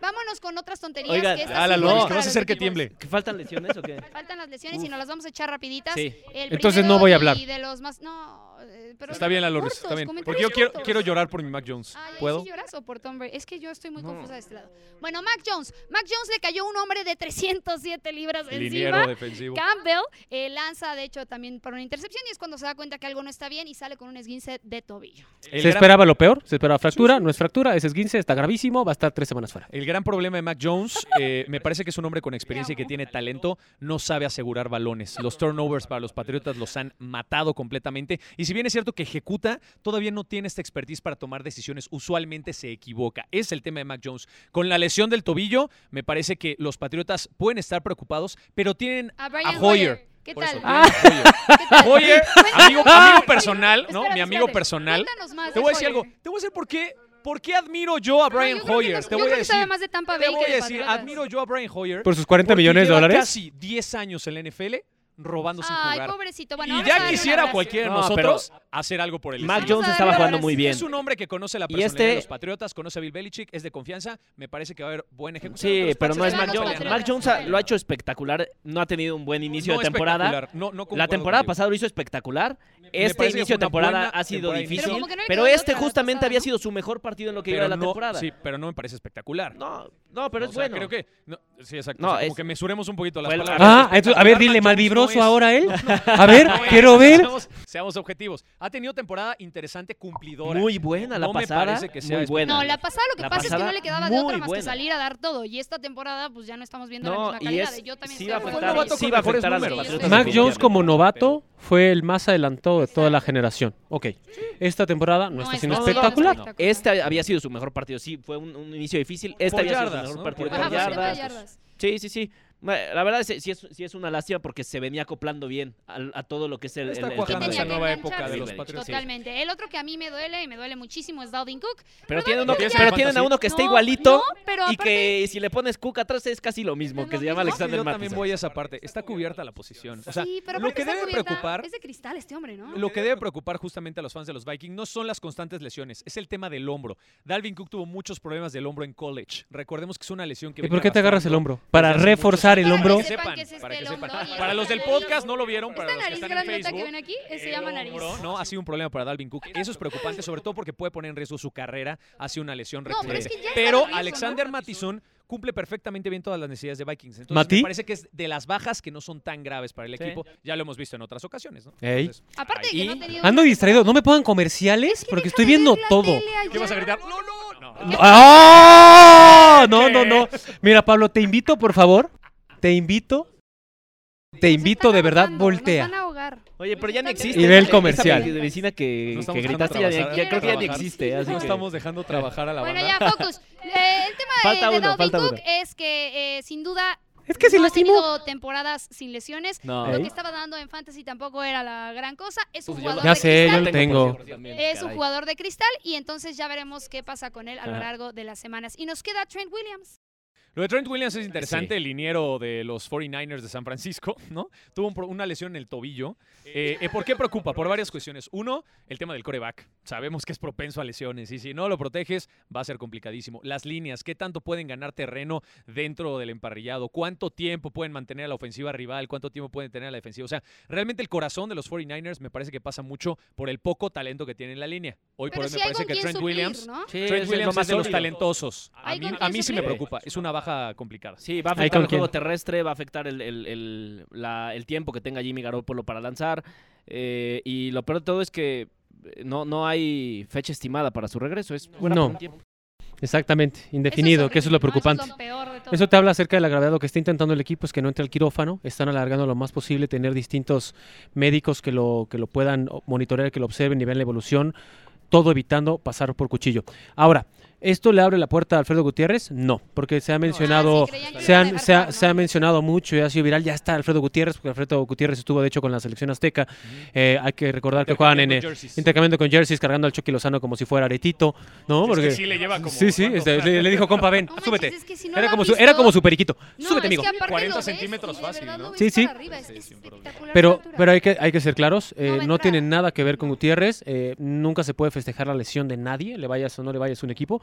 A: vámonos con otras tonterías.
D: Oigan,
A: que estas
B: ala,
A: sí
B: no,
A: buenas
B: que
A: para
B: vas a
A: los
B: hacer que
A: equipos.
B: tiemble.
D: ¿Que faltan lesiones o qué?
A: Faltan las lesiones y
D: Uf.
A: nos las vamos a echar rapiditas.
D: Sí.
A: El
C: Entonces
A: primero
C: no voy a hablar.
A: Y de los más, no, eh, pero
B: Está bien, la Lourdes,
A: cortos,
B: está bien.
A: comentarios
B: Porque yo quiero,
A: cortos.
B: quiero llorar por mi Mac Jones.
A: Ay, ay,
B: ¿Puedo?
A: ¿sí lloras o por Tom Brady? Es que yo estoy muy confusa de este lado. Bueno, Mac Jones. Mac Jones le cayó un hombre de 307 libras encima.
B: Liniero defensivo.
A: Campbell eh, lanza, de hecho, también para una intercepción y es cuando se da cuenta que algo no está bien y sale con un esguince de tobillo.
B: El
C: se
B: gran-
C: esperaba lo peor, se esperaba fractura, no es fractura, es esguince, está gravísimo, va a estar tres semanas fuera.
B: El gran problema de Mac Jones, eh, me parece que es un hombre con experiencia y que tiene talento, no sabe asegurar balones. Los turnovers para los Patriotas los han matado completamente. Y si bien es cierto que ejecuta, todavía no tiene esta expertise para tomar decisiones. Usualmente se equivoca. Es el tema de Mac Jones. Con la lesión del tobillo, me parece que los Patriotas pueden estar preocupados, pero tienen
A: A Brian
B: Hoyer.
A: Hoyer. ¿Qué
B: Por
A: Ah, tal?
B: eso, tienen a Hoyer.
A: ¿Qué tal?
B: Hoyer,
A: Cuéntanos-
B: amigo, amigo personal, ¿no?
A: Espérate,
B: Mi amigo
A: espérate.
B: personal.
A: Cuéntanos más
B: Te
A: de
B: voy a decir
A: Hoyer.
B: algo. Te voy a decir por qué. ¿Por qué admiro yo a
A: No,
B: Brian
A: yo creo que
B: Hoyer?
A: no-
B: Te
A: yo
B: voy
A: creo
B: a
A: que
B: decir.
A: sabe más de Tampa
B: Te
A: Bay
B: voy
A: que
B: a
A: de
B: decir,
A: Patriotas.
B: admiro yo a Brian Hoyer.
C: Por sus 40
B: porque
C: millones de
B: lleva
C: dólares.
B: Casi 10 años en la NFL robando sin
A: Ay,
B: jugar.
A: pobrecito. Bueno,
B: y
A: vamos a
B: ya
A: darle un
B: quisiera
A: abrazo.
B: cualquiera de
D: No, pero
B: nosotros hacer algo por el
D: Mac
B: estilo.
D: Jones
A: a
D: estaba
A: darle
D: jugando
A: un
D: muy bien.
B: Es un hombre que conoce la
D: Y
B: personalidad de
D: este-
B: los Patriotas, conoce a Bill Belichick, es de confianza. Me parece que va a haber buena ejecución. aunque
D: Sí,
B: los
D: pero
B: Pats
D: no es
B: están
D: Mac Jones.
B: peleando.
A: Patriotas.
D: Mac Jones ha- lo ha hecho espectacular. No ha tenido un buen inicio
B: No
D: de temporada.
B: espectacular, No, no
D: La
B: concuerdo
D: temporada
B: contigo.
D: pasada lo hizo espectacular.
B: parece que
D: Este
B: fue
D: inicio de
B: una
D: temporada
B: buena
D: ha sido
B: temporada
D: difícil.
A: Pero
B: inicial.
D: Pero,
A: como que no le quedó
D: este
A: otra la
D: justamente
A: pasada,
D: había
A: ¿no?
D: sido su mejor partido en lo que
B: Pero
D: iba de la
B: no-
D: temporada.
B: Sí, pero no me parece espectacular.
D: No, no, pero
B: O
D: es
B: sea,
D: bueno.
B: Creo que. no, sí, exacto.
D: No,
B: o sea, como
D: es-
B: que mesuremos un poquito las
D: Fue la-
B: palabras.
C: Ah, entonces, a ver,
B: Espectacular,
C: dile,
B: Mac Jones
C: malvibroso
B: no es-
C: ahora él.
B: no,
C: A ver,
B: no es,
C: quiero ver.
B: Seamos, seamos objetivos. Ha tenido temporada interesante, cumplidora.
D: Muy buena la
B: No me
D: pasada.
B: parece que sea este
D: Muy buena.
A: No, la pasada lo que
D: La
A: pasa es que
D: pasada,
A: no le quedaba de otra
D: muy
A: más
D: buena.
A: que salir a dar todo. Y esta temporada, pues ya no estamos viendo la
D: No,
A: misma
D: y
A: calidad.
D: es,
A: Yo también
D: sí
A: estoy
D: va a
A: de
B: Fue un
D: afectar,
A: acuerdo.
B: novato
D: sí
B: con
D: va a
B: mejores
D: afectar a los
B: números.
D: Patriotas,
C: Mac Jones
D: definitivamente.
C: como novato fue el más adelantado de toda la generación. Ok, esta temporada no
A: No
C: está
A: es
C: siendo
A: nada
C: espectacular.
A: espectacular.
D: Este había sido su mejor partido, sí, fue un, un inicio difícil. Este
B: Por
D: había sido su
B: yardas,
D: mejor
B: ¿no?
D: partido
B: Por
D: por
A: Ajá, por ciento de
D: yardas.
A: yardas.
D: Sí, sí, sí. Ma- La verdad es, que sí, es, sí es una lástima porque se venía acoplando bien al- a, todo lo que es el,
B: Está
D: el- el
B: cuajando
D: tema.
B: esa
A: que
B: nueva
A: engancharse.
B: época de
D: Sí,
B: los
D: sí.
B: Patriotas.
A: Totalmente. El otro que a mí me duele y me duele muchísimo es Dalvin Cook.
D: Pero, tienen, uno,
B: ¿Tienes
D: pero
B: fantasy?
D: tienen a uno que está
A: No,
D: igualito
A: no, pero
D: y que si le pones Cook atrás es casi lo mismo,
A: ¿Es
D: que
A: lo
D: se llama
B: Sí,
A: mismo?
D: Alexander
B: yo también
D: Mattison.
B: voy a esa parte. Está cubierta la posición. O sea,
A: sí, pero
B: lo
A: aparte
B: que
A: esa
B: debe
A: cubierta
B: preocupar
A: Es de cristal este hombre, ¿no?
B: Lo que debe preocupar justamente a los fans de los Vikings no son las constantes lesiones, es el tema del hombro. Dalvin Cook tuvo muchos problemas del hombro en college. Recordemos que es una lesión que.
C: ¿Y
B: viene
C: por qué te agarras el
B: arrastrando
C: hombro? Para
B: desde hace
C: reforzar el
B: muchos-
C: hombro.
B: Para que sepan,
A: que es este
B: para que
A: el
B: sepan.
A: hombro y
B: Para
A: es
B: los del
A: nariz.
B: podcast no lo vieron, para
A: Esta
B: los que
A: nariz
B: están en
A: grandota que
B: Facebook.
A: ven aquí eh, se
B: el
A: llama nariz.
B: hombro, no, ha sido un problema para Dalvin Cook. Eso es preocupante, sobre todo porque puede poner en riesgo su carrera hacia una lesión
A: No, pero es
B: recurrente.
A: que ya está
B: Pero
A: nervioso, ¿no?
B: Alexander Mattison cumple perfectamente bien todas las necesidades de Vikings. Entonces,
C: ¿Mati?
B: me parece que es de las bajas que no son tan graves para el
D: Sí.
B: equipo. Ya lo hemos visto en otras ocasiones, ¿no?
C: Ey.
B: Entonces,
A: Aparte de que
B: ahí-
A: no ha tenido
C: Ando
A: una-
C: distraído, no me pongan comerciales porque estoy viendo todo.
B: ¿Qué vas a gritar? ¡No, no! no.
C: No, ¡Ah! no, no, no. Mira, Pablo, te invito, por favor. Te invito. Te invito, de verdad, voltea.
D: Oye, pero ya ni existe.
C: Y ve el
D: esa
C: comercial.
D: vecina- vecina que,
B: No estamos
D: que gritaste ya,
B: dejando trabajar,
D: ya creo que ya ni
B: trabajar.
D: existe. así
B: No
D: que-
B: estamos dejando trabajar a la
A: Bueno,
B: banda.
A: ya, focus. Eh, el tema de-
D: Falta
A: de,
D: uno,
A: Dalvin
D: falta
A: Cook
D: uno.
A: es que, eh, sin duda,
C: Es que si
A: no ha
C: lastimó.
A: tenido temporadas sin lesiones.
D: No.
A: Lo
C: Ey.
A: que estaba dando en Fantasy tampoco era la gran cosa. Es un
D: Uf, yo
A: jugador
D: lo-
C: Ya
A: de
C: sé, yo
A: cristal.
C: lo tengo.
A: Es un
D: Caray.
A: jugador de cristal y entonces ya veremos qué pasa con él a lo
C: Ajá.
A: largo de las semanas. Y nos queda Trent Williams.
B: Lo de Trent Williams es interesante,
C: Sí.
B: el liniero de los 49ers de San Francisco, ¿no? Tuvo un pro- una lesión en el tobillo. Eh, eh, ¿Por qué preocupa? Por varias cuestiones. Uno, el tema del coreback. Sabemos que es propenso a lesiones y si no lo proteges va a ser complicadísimo. Las líneas, ¿qué tanto pueden ganar terreno dentro del emparrillado? ¿Cuánto tiempo pueden mantener a la ofensiva rival? ¿Cuánto tiempo pueden tener a la defensiva? O sea, realmente el corazón de los 49ers me parece que pasa mucho por el poco talento que tiene en la línea. Hoy por
A: Pero
B: hoy
A: sí
B: me
A: hay con
B: parece que
A: quien
B: Trent
A: suplir,
B: Williams...
A: ¿no?
D: Sí,
B: Trent
D: es
B: Williams es,
D: más
B: de los
D: sólido.
B: talentosos. A
A: Hay
B: mí,
A: con
B: a
A: quién
B: mí sí me
A: suplir.
B: preocupa. Es una baja complicada.
D: Sí, va a
C: Ahí
D: afectar
C: con
D: el juego
C: quién.
D: terrestre, va a afectar el, el- el- la- el tiempo que tenga Jimmy Garoppolo para lanzar. eh, y lo peor de todo es que eh, no, no hay fecha estimada para su regreso. Es fuera
C: No.
D: por un tiempo.
C: Exactamente,
A: Eso es
C: indefinido, que eso es lo
A: horrible, ¿no?
C: preocupante.
A: Eso es lo peor de todo.
C: Eso te habla acerca de la gravedad. Lo que está intentando el equipo es que no entre al quirófano. Están alargando lo más posible, tener distintos médicos que lo, que lo puedan o- monitorear, que lo observen y vean la evolución. Todo evitando pasar por cuchillo. Ahora, ¿esto le abre la puerta a Alfredo Gutiérrez? No, porque se ha mencionado
A: ah, sí, creían que
C: se,
A: lo iban a
C: han-
A: dejar
C: se ha,
A: jugar,
C: se ha
A: ¿no?
C: mencionado mucho y ha sido viral. Ya está Alfredo Gutiérrez, porque Alfredo Gutiérrez estuvo de hecho con la selección azteca. Eh, hay que recordar que juegan en eh,
B: Intercambiando jerseys.
C: intercambiando con jerseys, cargando al Chucky Lozano como si fuera aretito, ¿no? Porque
B: sí le lleva como
C: sí, sí,
B: ¿cuánto?
C: este, le, le dijo compa ven,
A: No manches,
C: súbete.
A: es que si no
C: Era
A: lo
C: como
A: han
C: su, era
A: visto-
C: como su periquito.
A: No,
C: súbete,
A: es que
C: amigo.
A: aparte
B: 40
A: lo ves
B: centímetros
A: y de verdad
B: fácil,
A: lo
B: ¿no?
A: ves
C: Sí, sí.
A: para arriba, es-
B: Sí,
A: es
B: sin problema.
A: espectacular la
C: Pero,
A: altura.
C: pero hay que, hay que ser claros, eh,
A: No
C: no,
A: me trae.
C: tiene nada que ver con Gutiérrez, eh, nunca se puede festejar la lesión de nadie, le vayas o no le vayas a un equipo,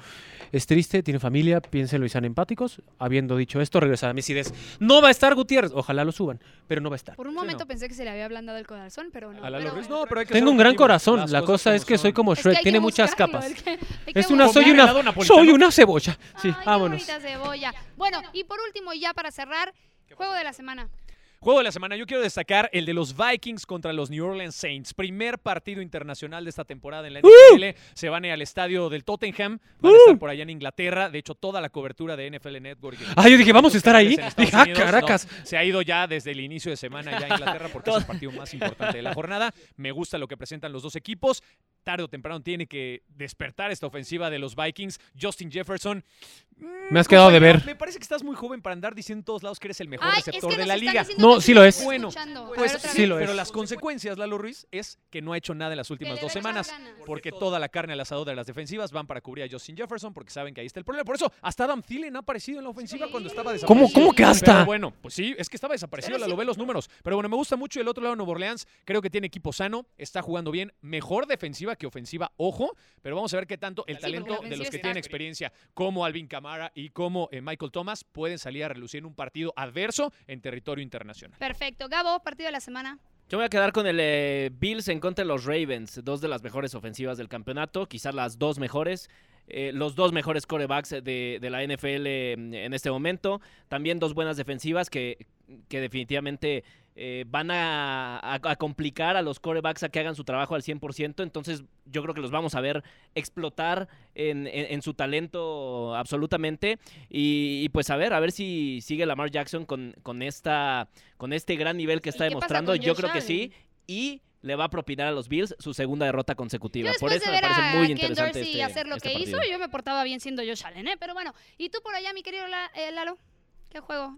C: Es triste, tiene familia, piénsenlo y sean empáticos. Habiendo dicho esto, regresar a mis ideas. No va a estar Gutiérrez. Ojalá lo suban, pero no va a estar.
A: Por un
B: Sí,
A: momento
B: no.
A: pensé que se le había ablandado el corazón, pero no.
B: A Lalo
A: pero
B: Ruiz,
A: bueno,
B: no, pero hay que
C: Tengo
B: ser
C: un gran
B: objetivos.
C: corazón.
B: Las
C: La
B: cosas
C: cosa es que soy
B: son.
C: como
A: es que hay
C: Shrek,
A: que
C: tiene muchas
A: buscarlo,
C: capas.
A: es que- hay que
C: Es una, soy
A: buscarlo.
C: una,
B: Venado napolitano.
C: soy una cebolla. Sí,
A: Ay, qué
C: vámonos.
A: bonita cebolla. Bueno, y por último, ya para cerrar, juego de la semana.
B: Juego de la semana, yo quiero destacar el de los Vikings contra los New Orleans Saints. Primer partido internacional de esta temporada en la NFL. Se van al estadio del Tottenham. Van a estar por allá en Inglaterra. De hecho, toda la cobertura de NFL Network. y de
C: Ah, yo dije, ¿vamos a estar ahí?
B: canales en Estados
C: Dije, ah,
B: Unidos, no,
C: caracas.
B: se ha ido ya desde el inicio de semana ya a Inglaterra porque es el partido más importante de la jornada. Me gusta lo que presentan los dos equipos. Tarde o temprano tiene que despertar esta ofensiva de los Vikings. Justin Jefferson.
C: Me has quedado de
B: compañero,
C: ver.
B: Me parece que estás muy joven para andar diciendo en todos lados que eres el mejor
A: Ay, es que
B: receptor
A: nos
B: de la
A: están
B: liga.
A: diciendo
C: No,
A: que
C: sí lo es.
A: estoy
B: Bueno,
A: escuchando. A
B: Pues
A: ver, otra
B: sí
A: vez.
C: lo es.
B: Pero las consecuencias, Lalo Ruiz, es que no ha hecho nada en las últimas
A: Que
B: dos
A: le debe echar
B: semanas.
A: ganas.
B: Porque toda la carne al asador de las defensivas van para cubrir a Justin Jefferson porque saben que ahí está el problema. Por eso, hasta Adam Thielen ha aparecido en la ofensiva
A: Sí.
B: cuando estaba
A: ¿Cómo-
B: desaparecido.
C: cómo que hasta?
B: Pero bueno, pues sí, es que estaba desaparecido,
A: Pero
B: Lalo,
A: sí.
B: ve los números. Pero bueno, me gusta mucho el otro lado Nuevo Orleans. Creo que tiene equipo sano, está jugando bien, mejor defensiva que ofensiva, ojo. Pero vamos a ver qué tanto
A: Sí,
B: el
A: porque
B: talento
A: la
B: de los
A: ofensiva
B: que
A: está-
B: tienen experiencia, como Alvin Camara y como eh, Michael Thomas, pueden salir a relucir en un partido adverso en territorio internacional.
A: Perfecto. Gabo, partido de la semana.
D: Yo me voy a quedar con el eh, Bills en contra de los Ravens, dos de las mejores ofensivas del campeonato, quizás las dos mejores. eh, los dos mejores corebacks de, de la NFL en este momento. También dos buenas defensivas que, que definitivamente eh, van a, a- a complicar a los corebacks a que hagan su trabajo al 100%. Entonces yo creo que los vamos a ver explotar en, en- en su talento absolutamente. Y, y, pues a ver, a ver si sigue Lamar Jackson con, con, esta, con este gran nivel que está
A: ¿Y qué pasa
D: demostrando.
A: con
D: Yo
A: Josh
D: creo que sí.
A: Allen?
D: Y le va a propinar a los Bills su segunda derrota consecutiva.
A: Yo
D: Por
A: después
D: eso
A: de
D: me
A: ver
D: parece
A: a
D: muy
A: Ken
D: interesante.
A: Dorsey
D: este-
A: hacer lo
D: este
A: que hizo,
D: partido.
A: yo me portaba bien siendo Josh Allen, ¿eh? Pero bueno, ¿y tú por allá, mi querido La- eh, Lalo? ¿Qué juego?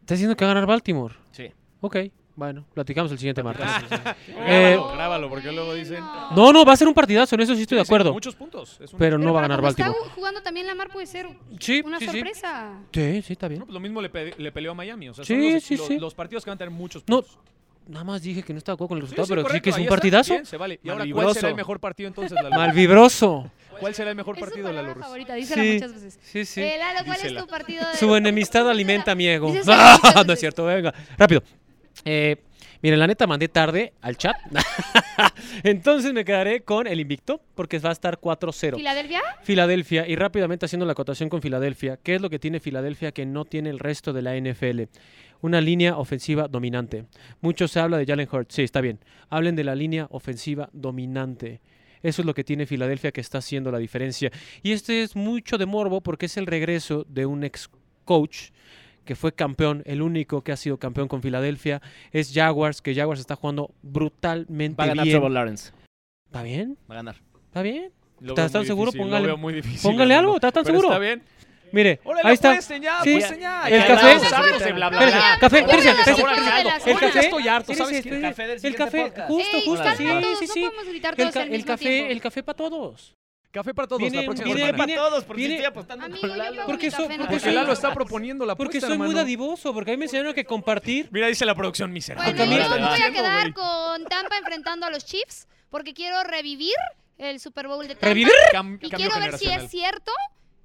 C: ¿Estás diciendo que va a ganar Baltimore?
D: Sí.
C: Ok, bueno, platicamos el siguiente martes.
B: Grábalo,
C: Eh,
B: grábalo, porque luego dicen.
A: Bueno.
C: No, no, va a ser un partidazo, en eso sí estoy de
B: Sí, sí,
C: acuerdo.
B: Muchos puntos. es un-
C: Pero
A: Pero
C: no va a
A: para
C: ganar
A: como está
C: Baltimore.
A: ju- jugando también Lamar puede ser
C: Sí,
A: una
C: sí, sí.
A: sorpresa.
C: Sí, sí, está bien.
B: No, pues lo mismo le, pe- le peleó a Miami. O sea,
C: Sí,
B: son los,
C: sí,
B: lo-
C: sí.
B: los partidos que van a tener muchos
C: No,
B: puntos.
C: nada más dije que no estaba de acuerdo con el
B: Sí,
C: resultado,
B: sí,
C: pero sí
B: correcto,
C: que es
B: ahí
C: un
B: está,
C: partidazo.
B: bien, se vale. Y ahora, ¿cuál
C: Malvibroso.
B: será el mejor partido entonces, Lalo?
C: Malvibroso.
B: ¿Cuál será el mejor
A: Es su
B: partido, Lalo
A: palabra
B: Ruiz?
A: favorita, dísela
C: Sí,
A: muchas veces.
C: Sí, sí.
A: Eh, Lalo, ¿cuál
B: Dísela.
A: es tu partido de
C: Su enemistad alimenta mi ego.
A: Dices que muchas
C: No, no
A: veces.
C: es cierto, venga. Rápido. Eh, miren, la neta mandé tarde al chat. Entonces me quedaré con el invicto porque va a estar 4-0.
A: ¿Filadelfia?
C: Filadelfia, y rápidamente haciendo la acotación con Filadelfia, ¿qué es lo que tiene Filadelfia que no tiene el resto de la NFL? Una línea ofensiva dominante. Mucho se habla de Jalen Hurts, sí, está bien. Hablen de la línea ofensiva dominante. Eso es lo que tiene Filadelfia que está haciendo la diferencia. Y este es mucho de morbo porque es el regreso de un ex coach que fue campeón, el único que ha sido campeón con Filadelfia, es Jaguars, que Jaguars está jugando brutalmente
D: Va a ganar Trevor
C: bien.
D: Lawrence.
C: ¿Está bien?
D: Va a ganar.
C: ¿Está bien?
B: Lo veo
C: ¿Estás tan
B: muy
C: seguro?
B: difícil,
C: Póngale-
B: Lo veo muy difícil.
C: Póngale
B: Lalo,
C: algo, ¿estás tan
B: pero
C: seguro?
B: Está bien.
C: Mire,
B: Órale,
C: ahí está.
B: apuesten ya,
C: Sí.
B: apuesten ya.
C: El
B: Ya
C: café-
B: hablamos, sabes, de bla, bla,
C: Espérese,
B: bla.
C: café,
B: Ya hablamos
C: espérese,
B: de
C: espérese,
B: sabor
C: espérese.
B: agregado.
C: El
B: Ahora ya
C: café,
B: estoy harto,
C: espérese,
B: ¿sabes qué?
C: espérese.
D: del
C: El
D: siguiente
C: café,
D: podcast.
C: justo,
A: Ey,
C: justo,
A: calma
C: sí,
A: todos,
C: sí,
A: no
C: sí.
A: podemos gritar
C: El,
A: todos
C: ca-
A: al
C: el
A: mismo
C: café,
A: tiempo.
C: el café para todos.
B: Café para todos
C: Viene-
B: la próxima
C: viene-
D: Viene
B: semana.
D: para todos, porque
C: viene-
D: estoy apostando
A: Amigo,
D: con
A: yo
D: Lalo.
A: pago
C: Porque
A: mi
C: eso-
A: café, no
C: porque
A: te
B: Porque
C: soy-
A: preocupes.
B: Lalo está proponiendo la
C: Porque
B: apuesta,
C: soy muy
B: hermano.
C: dadivoso, porque a mí me enseñaron que compartir.
B: Mira, dice la producción miserable.
A: Bueno,
C: Acá mira,
A: yo me
C: está
A: voy a
B: diciendo,
A: quedar
B: güey.
A: con Tampa enfrentando a los Chiefs porque quiero revivir el Super Bowl de Tampa.
C: ¿Revivir?
B: Cam-
A: Y
B: cambio
A: quiero ver si es
B: generacional.
A: cierto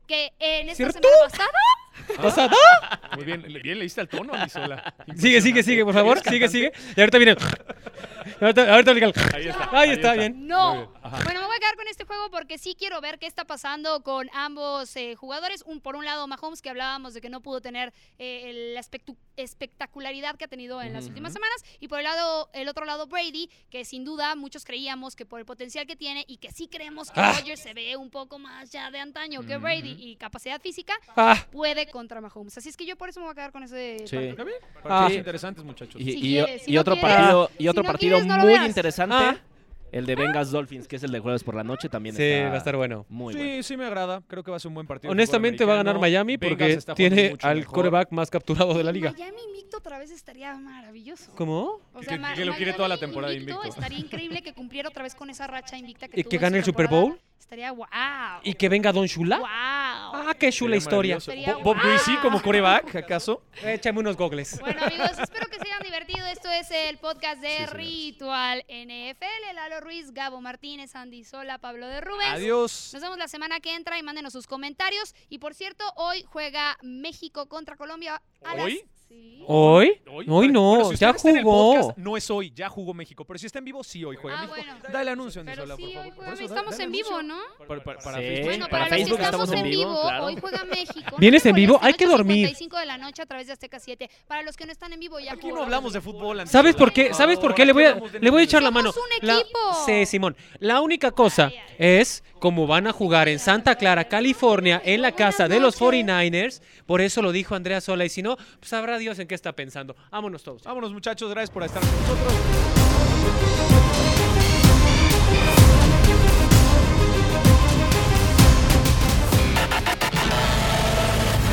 A: que en esta
C: ¿Cierto?
A: semana pasada
C: ¿Pasada?
B: Muy bien, le- bien leíste al tono, Amisola.
C: Sigue, sigue, sigue, por favor. Sigue, sigue. Y ahorita viene. el- Ahorita, ahorita viene el-
B: Ahí está.
C: Ahí está, bien.
A: no. Bueno, me voy a quedar con este juego porque sí quiero ver qué está pasando con ambos eh, jugadores. Un, por un lado, Mahomes, que hablábamos de que no pudo tener eh, el- la espectu- espectacularidad que ha tenido en las últimas semanas. Y por el, lado, el otro lado, Brady, que sin duda muchos creíamos que por el potencial que tiene y que sí creemos que
C: Ah.
A: Rodgers se ve un poco más ya de antaño que Brady y capacidad física,
C: Ah,
A: puede contra Mahomes. Así es que yo por eso me voy a quedar con ese
D: Sí.
A: partido.
B: Partidos
C: Ah.
B: interesantes, muchachos.
D: Y,
A: Si
D: y-
A: quieres, si
D: y
A: no
D: otro
A: quieres,
D: partido,
A: si
D: y otro
A: no
D: partido
A: quieres, no lo
D: muy
A: veas.
D: interesante,
C: Ah.
D: el de Bengals Dolphins, que es el de jueves por la noche, también
C: sí,
D: está
C: va a estar bueno.
D: muy
B: sí,
D: bueno.
B: sí me agrada. Creo que va a ser un buen partido. de
C: Honestamente
B: fútbol
C: va a ganar
B: americano.
C: Miami
B: Bengals
C: porque
B: está jugando
C: tiene
B: mucho
C: al
B: mejor.
C: coreback más capturado de la liga.
A: Miami invicto otra vez estaría maravilloso.
C: ¿Cómo?
A: O
B: Que- que lo quiere toda la temporada invicto.
A: Estaría increíble que cumpliera otra vez con esa racha invicta que
C: ¿Y
A: tuvo
C: que
A: en
C: gane
A: su
C: el Super
A: temporada.
C: Bowl?
A: Estaría wow.
C: ¿Y que venga Don Shula?
A: wow.
C: Ah, qué chula
B: Sería
C: historia.
B: maravilloso. Eh,
A: Sería
B: Bo- Bob Greasy como coreback, ¿acaso?
C: Échame unos gogles.
A: Bueno, amigos, espero que se sigan divertido. Esto es el podcast de Ritual NFL. Lalo Ruiz, Gabo Martínez, Andy Sola, Pablo de Rubens.
B: Adiós.
A: Nos vemos la semana que entra y mándenos sus comentarios. Y por cierto, hoy juega México contra Colombia. a las-
B: ¿Hoy? Oh,
A: Sí.
C: ¿Hoy? Hoy
B: Bueno,
C: no,
B: si usted
C: ya
B: está en el
C: jugó.
B: podcast, no es hoy, ya jugó México. Pero si está en vivo, sí hoy juega
A: Ah,
B: México.
A: bueno.
B: Dale anuncio, Andy
A: Pero
B: Sola, por
A: sí, hoy
B: favor. Por
A: juega.
B: eso,
A: Estamos
B: dale
A: en vivo,
B: anuncio.
A: ¿no?
B: Para, para- para
D: Sí.
B: Facebook.
A: Bueno,
D: para
A: para, los que
D: Facebook
A: estamos, en vivo,
D: claro.
A: hoy juega México.
C: ¿Vienes
A: miércoles
C: en vivo?
A: a
C: Hay que dormir.
A: 8:55 de la noche a través de Azteca 7. Para los que no están en vivo, ya
B: Aquí
A: jugó.
B: no hablamos de fútbol. Andy
C: ¿Sabes
B: Sola,
C: por qué?
B: por
C: ¿Sabes
B: favor.
C: por qué? Le voy a,
B: Aquí hablamos de
C: le voy a echar la mano.
A: Somos un
C: La-
A: equipo.
C: sí, Simón. La única cosa es como van a jugar en Santa Clara, California, en la casa de los 49ers. Por eso lo dijo Andrea Sola. Y si no, pues sabrá Dios en qué está pensando. Vámonos todos.
B: Vámonos, muchachos. Gracias por estar con nosotros.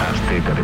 E: Azteca Deportes.